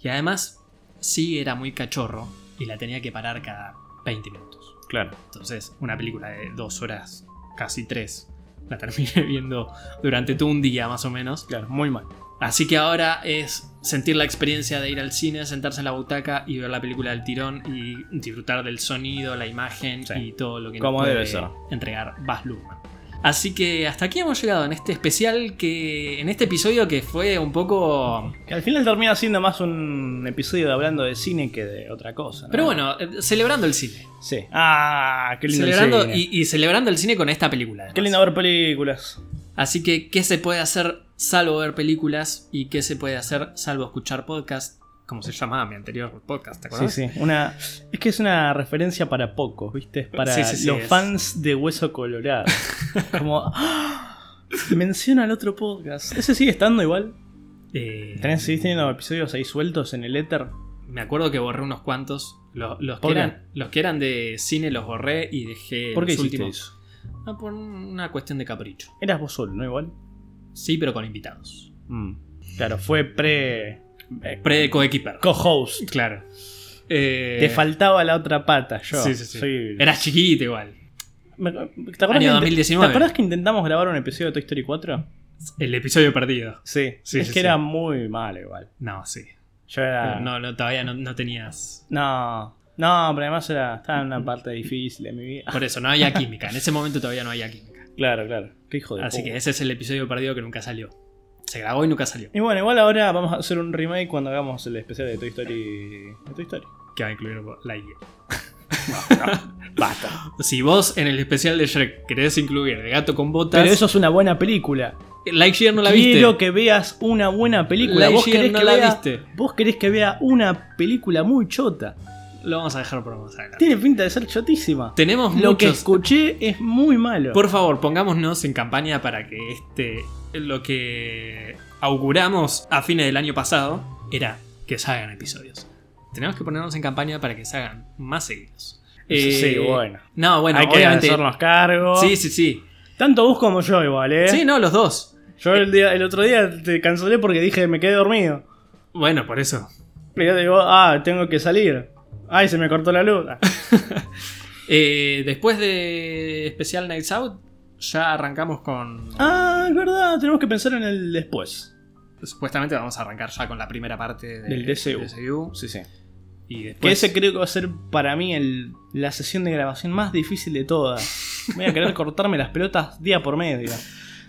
Y además, sí era muy cachorro y la tenía que parar cada 20 minutos. Claro. Entonces, una película de dos horas, casi tres, la terminé viendo durante todo un día más o menos. Claro, muy mal. Así que ahora es sentir la experiencia de ir al cine, sentarse en la butaca y ver la película del tirón y disfrutar del sonido, la imagen Sí. y todo lo que Como nos puede debe ser. entregar Baz Luhrmann. Así que hasta aquí hemos llegado en este especial que en este episodio que fue un poco Que al final termina siendo más un episodio de hablando de cine que de otra cosa. ¿no? pero bueno, eh, celebrando el cine. Sí. Ah, qué lindo. el Celebrando cine. y, y celebrando el cine con esta película. además. Qué lindo ver películas. Así que, ¿qué se puede hacer salvo ver películas? ¿Y qué se puede hacer salvo escuchar podcast? Como se llamaba mi anterior podcast, ¿te Sí, acuerdas? sí. Una, es que es una referencia para pocos, ¿viste? Es para Sí, sí, sí, los es. fans de Hueso Colorado. Como. ¡ah! Menciona el otro podcast. ¿Ese sigue estando igual? Eh, ¿Tenés, ¿Seguís teniendo episodios ahí sueltos en el éter? me acuerdo que borré unos cuantos. Lo- Los, que ¿Por qué? eran, los que eran de cine los borré y dejé ¿Por qué los hiciste últimos. eso? Ah, por una cuestión de capricho. Eras vos solo, ¿no? Igual. Sí, pero con invitados. Mm. Claro, fue pre. eh, Pre-coequiper. Co-host. claro. Eh, Te faltaba la otra pata, yo. Sí, sí, sí. Soy- Eras chiquito igual. Me- ¿Te acuerdas, Año que, 2019. ¿Te acuerdas que intentamos grabar un episodio de Toy Story 4? El episodio perdido. Sí. Sí, es sí, que sí. era muy malo igual. No, sí. Yo era. No. No, no, todavía no, no tenías. No, pero además era, estaba en una parte difícil de mi vida. Por eso, no había química. En ese momento todavía no había química. Claro, claro. Qué hijo de Así puta. que ese es el episodio perdido que nunca salió. Se grabó y nunca salió. Y bueno, igual ahora vamos a hacer un remake cuando hagamos el especial de Toy Story. De Toy Story. Que va a incluir la idea. Basta. Si vos en el especial de Shrek querés incluir el gato con botas, Pero eso es una buena película. Lightyear no la Quiero viste. que veas una buena película. Vos Lightyear querés, no que la vea, viste. vos querés que vea una película muy chota. Lo vamos a dejar por más adelante. Tiene pinta de ser chotísima. Tenemos Lo que muchos. escuché es muy malo. Por favor, pongámonos en campaña para que este. Lo que auguramos a fines del año pasado era que salgan episodios. Tenemos que ponernos en campaña para que salgan más seguidos. Sí, Eh, bueno. No, bueno, Hay que obviamente. hacernos cargo. Sí, sí, sí. Tanto vos como yo igual, ¿eh? Sí, no, los dos. Yo el, día, el otro día te cancelé porque dije me quedé dormido. Bueno, por eso. Y yo te digo, ah, tengo que salir. Ay, se me cortó la luz. Ah, Eh, después de especial Nights Out, ya arrancamos con. Ah, es verdad, tenemos que pensar en el después. Supuestamente vamos a arrancar ya con la primera parte de- Del DCU. DCU. Sí, sí. Y Que después. ese creo que va a ser para mí el- la sesión de grabación más difícil de todas. Voy a querer cortarme las pelotas día por medio.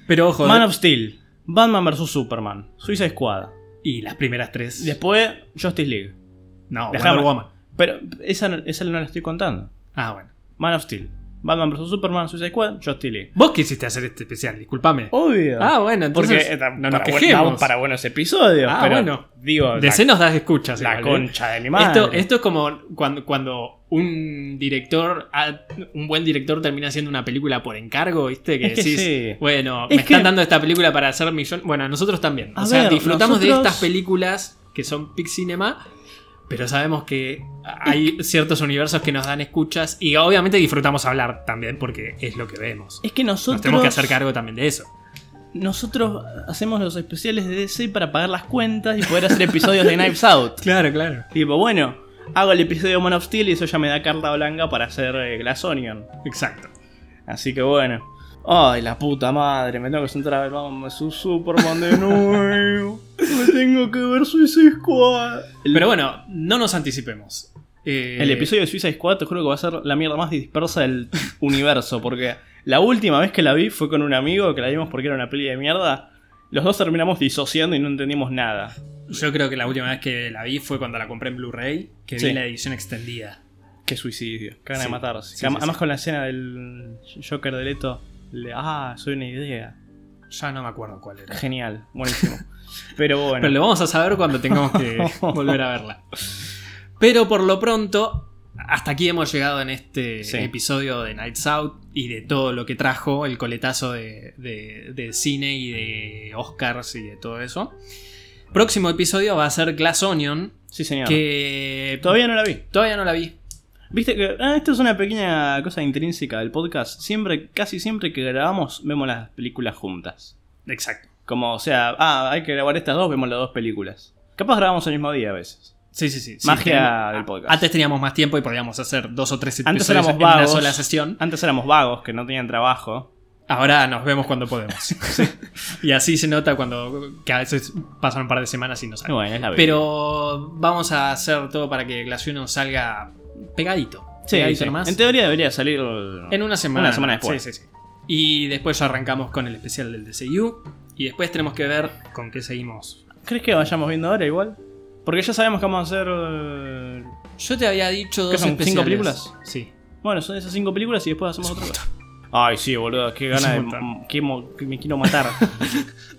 Pero ojo. Man of Steel, Batman vs Superman, Suiza Squad. Y las primeras tres. Después, Justice League. no, dejame. Wonder Woman. Pero esa, no- esa no la estoy contando. Ah, bueno. Man of Steel, Batman vs Superman, Suiza Squad, Justice League. Vos quisiste hacer este especial, discúlpame. Obvio. Ah, bueno, Porque entonces. eh, no nos para, buen- quejemos. damos para buenos episodios. Ah, pero, bueno. Digo, la, DC nos das escuchas. la igual, ¿eh? concha de mi madre. Esto, esto es como cuando, cuando un director, ha- un buen director termina haciendo una película por encargo, ¿viste? Que Es que decís, sí. bueno, Es me están que- dando esta película para hacer millón. Bueno, nosotros también. A o sea, ver, disfrutamos de nosotros- estas películas que son Pic Cinema, pero sabemos que hay ciertos universos que nos dan escuchas y obviamente disfrutamos hablar también porque es lo que vemos. es que nosotros, Nos tenemos que hacer cargo también de eso. nosotros hacemos los especiales de DC para pagar las cuentas y poder hacer episodios de Knives Out. Claro, claro. Tipo, bueno, hago el episodio de Man of Steel y eso ya me da carta blanca para hacer eh, Glass Onion. Exacto. Así que bueno. Ay, la puta madre, me tengo que sentar a ver Batman vs Superman de nuevo. me tengo que ver Suicide Squad. El- Pero bueno, no nos anticipemos. Eh, El episodio de Suicide Squad te juro que va a ser la mierda más dispersa del universo, porque la última vez que la vi fue con un amigo que la vimos porque era una peli de mierda los dos terminamos disociando y no entendimos nada. Yo creo que la última vez que la vi fue cuando la compré en Blu-ray, que Sí. vi la edición extendida. Qué suicidio. Qué gana Sí. de matarse. Sí, Que am- sí, además sí. con la escena del Joker de Leto. le- ah, soy una idea. Ya no me acuerdo cuál era. Genial. Buenísimo. Pero bueno. Pero lo vamos a saber cuando tengamos que volver a verla. Pero por lo pronto, hasta aquí hemos llegado en este Sí. episodio de Nights Out y de todo lo que trajo el coletazo de, de- de cine y de Oscars y de todo eso. Próximo episodio va a ser Glass Onion, Sí, señor. que Todavía no la vi. todavía no la vi. Viste que ah, esto es una pequeña cosa intrínseca del podcast. Siempre, casi siempre que grabamos, vemos las películas juntas. Exacto. Como, o sea, ah, hay que grabar estas dos, vemos las dos películas. Capaz grabamos el mismo día a veces. Sí, sí, sí. sí, Magia tenemos- ah, del podcast. Antes teníamos más tiempo y podíamos hacer dos o tres Antes episodios éramos en una vagos. sola sesión. Antes éramos vagos, que no tenían trabajo. Ahora nos vemos cuando podemos. y así se nota cuando que a veces pasan un par de semanas y no Y sale. Bueno, es la vida. Pero vamos a hacer todo para que Glass Union salga pegadito. sí, pegadito sí. nomás. en teoría debería salir el- En una semana. Una semana después. Sí, sí, sí. Y después ya arrancamos con el especial del DCU. Y después tenemos que ver con qué seguimos. ¿Crees que vayamos viendo ahora igual? Porque ya sabemos que vamos a hacer. eh, Yo te había dicho dos ¿Qué son, especiales. cinco películas? Sí. Bueno, son esas cinco películas y después hacemos Es un otro. Ay, sí, boludo, qué Es un gana de. montón. m- qué mo- que me quiero matar.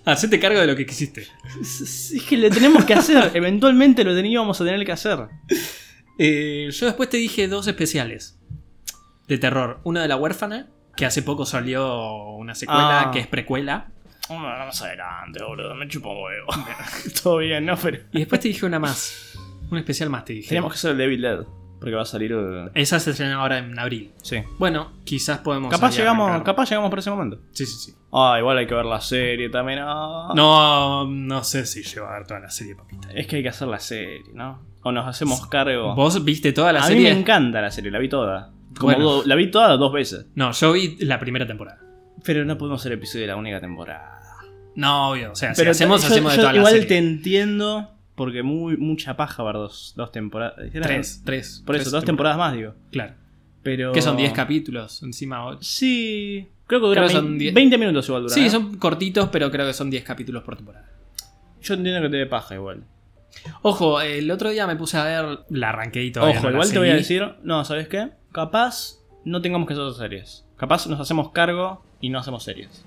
Hacete cargo de lo que quisiste. es es que lo tenemos que hacer. Eventualmente lo teníamos a tener que hacer. Eh, yo después te dije dos especiales de terror. Uno de la huérfana, que hace poco salió una secuela Ah. que es precuela. Bueno, vamos adelante, boludo. Me chupa un huevo. Todo bien, ¿no? Pero. Y después te dije una más. Un especial más te dije. Teníamos que hacer el Devil Dead. Porque va a salir. el- Esa se estrena ahora en abril. Sí. Bueno, quizás podemos. Capaz ahí llegamos, arrancar. capaz llegamos por ese momento. Sí, sí, sí. Ah, igual hay que ver la serie también. ah. No, no sé si llevo a ver toda la serie, papita. Es que hay que hacer la serie, ¿no? O nos hacemos cargo. ¿Vos viste toda la Ah. a serie? mí me encanta la serie, la vi toda. Como Bueno. do- la vi toda dos veces. No, yo vi la primera temporada. Pero no pudimos hacer episodio de la única temporada. No, obvio. O sea, si Pero hacemos, yo- hacemos de yo toda Igual la serie. te entiendo, porque muy, mucha paja ver dos, dos temporadas. Era- Tres, tres. Por eso, tres dos temporadas más, digo. Claro. Pero... Que son 10 capítulos. Encima, ocho. Sí, creo que duran Creo que son 20, diez. 20 minutos igual duran. Sí, ¿eh? son cortitos, pero creo que son 10 capítulos por temporada. Yo entiendo que te dé paja igual. Ojo, el otro día me puse a ver. La arranqué y todavía Ojo, no la igual te voy a seguí. decir, no, ¿sabes qué? Capaz no tengamos que hacer dos series. Capaz nos hacemos cargo y no hacemos series.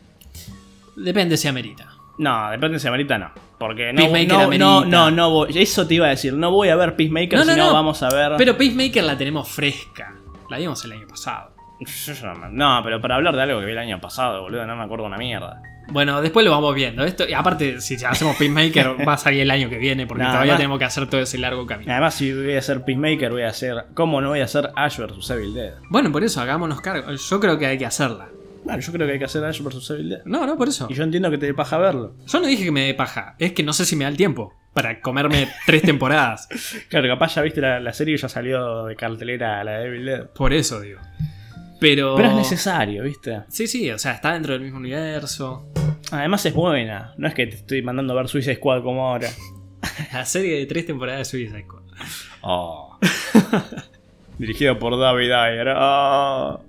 Depende si amerita. No, depende si amerita no. Porque no, Peacemaker no, amerita. no, no, no voy- Eso te iba a decir. No voy a ver Peacemaker, No, no, sino no. vamos a ver. Pero Peacemaker la tenemos fresca. La vimos el año pasado. Yo ya no, me- no, pero para hablar de algo que vi el año pasado, boludo, no me acuerdo una mierda. Bueno, después lo vamos viendo. Esto, y aparte, si ya hacemos Peacemaker, va a salir el año que viene, porque Nada todavía más. tenemos que hacer todo ese largo Y camino. Además, si voy a hacer Peacemaker, voy a hacer. ¿Cómo no voy a hacer Ash vs Evil Dead? Bueno, por eso, hagámonos cargo. Yo creo que hay que hacerla. Bueno, yo creo que hay que hacer Ash vs Evil Dead. No, no, por eso. Y yo entiendo que te dé paja verlo. Yo no dije que me dé paja. Es que no sé si me da el tiempo para comerme tres temporadas. Claro, capaz ya viste la, la serie y ya salió de cartelera la de Evil Dead. Por eso digo. Pero. Pero es necesario, ¿viste? Sí, sí, o sea, está dentro del mismo universo. Además es buena. No es que te estoy mandando a ver Suicide Squad como ahora. La serie de tres temporadas de Suicide Squad. Oh. Dirigido por David Ayer. Oh.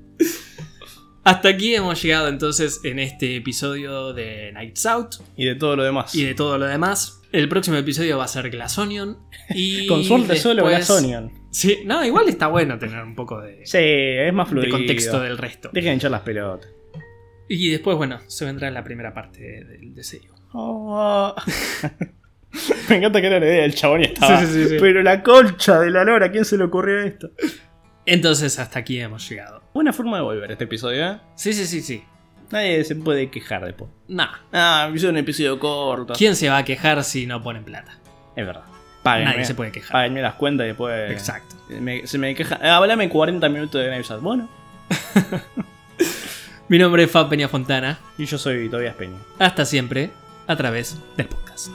Hasta aquí hemos llegado entonces en este episodio de Nights Out Y de todo lo demás. y de todo lo demás. El próximo episodio va a ser Glass Onion y Con suerte solo después- Glass Onion. Sí, no, igual está bueno tener un poco de, Sí, es más de fluido. contexto del resto. Dejen de hinchar las pelotas. Y después, bueno, se vendrá la primera parte del deseo. Oh. Me encanta que era la idea del chabón y estaba. Sí, sí, sí, sí. Pero la colcha de la lora, ¿a quién se le ocurrió esto? Entonces, hasta aquí hemos llegado. Buena forma de volver este episodio, ¿eh? Sí, sí, sí, sí. Nadie se puede quejar después. Nah. Ah, hizo un episodio corto. ¿Quién se va a quejar si no ponen plata? Es verdad. Páguenme. Nadie se puede quejar. Páguenme las cuentas y después. Exacto. Me- se me queja. Ah, háblame 40 minutos de Knives Out. Bueno, Mi nombre es Fab Peña Fontana. y yo soy Tobias Peña. Hasta siempre a través del podcast.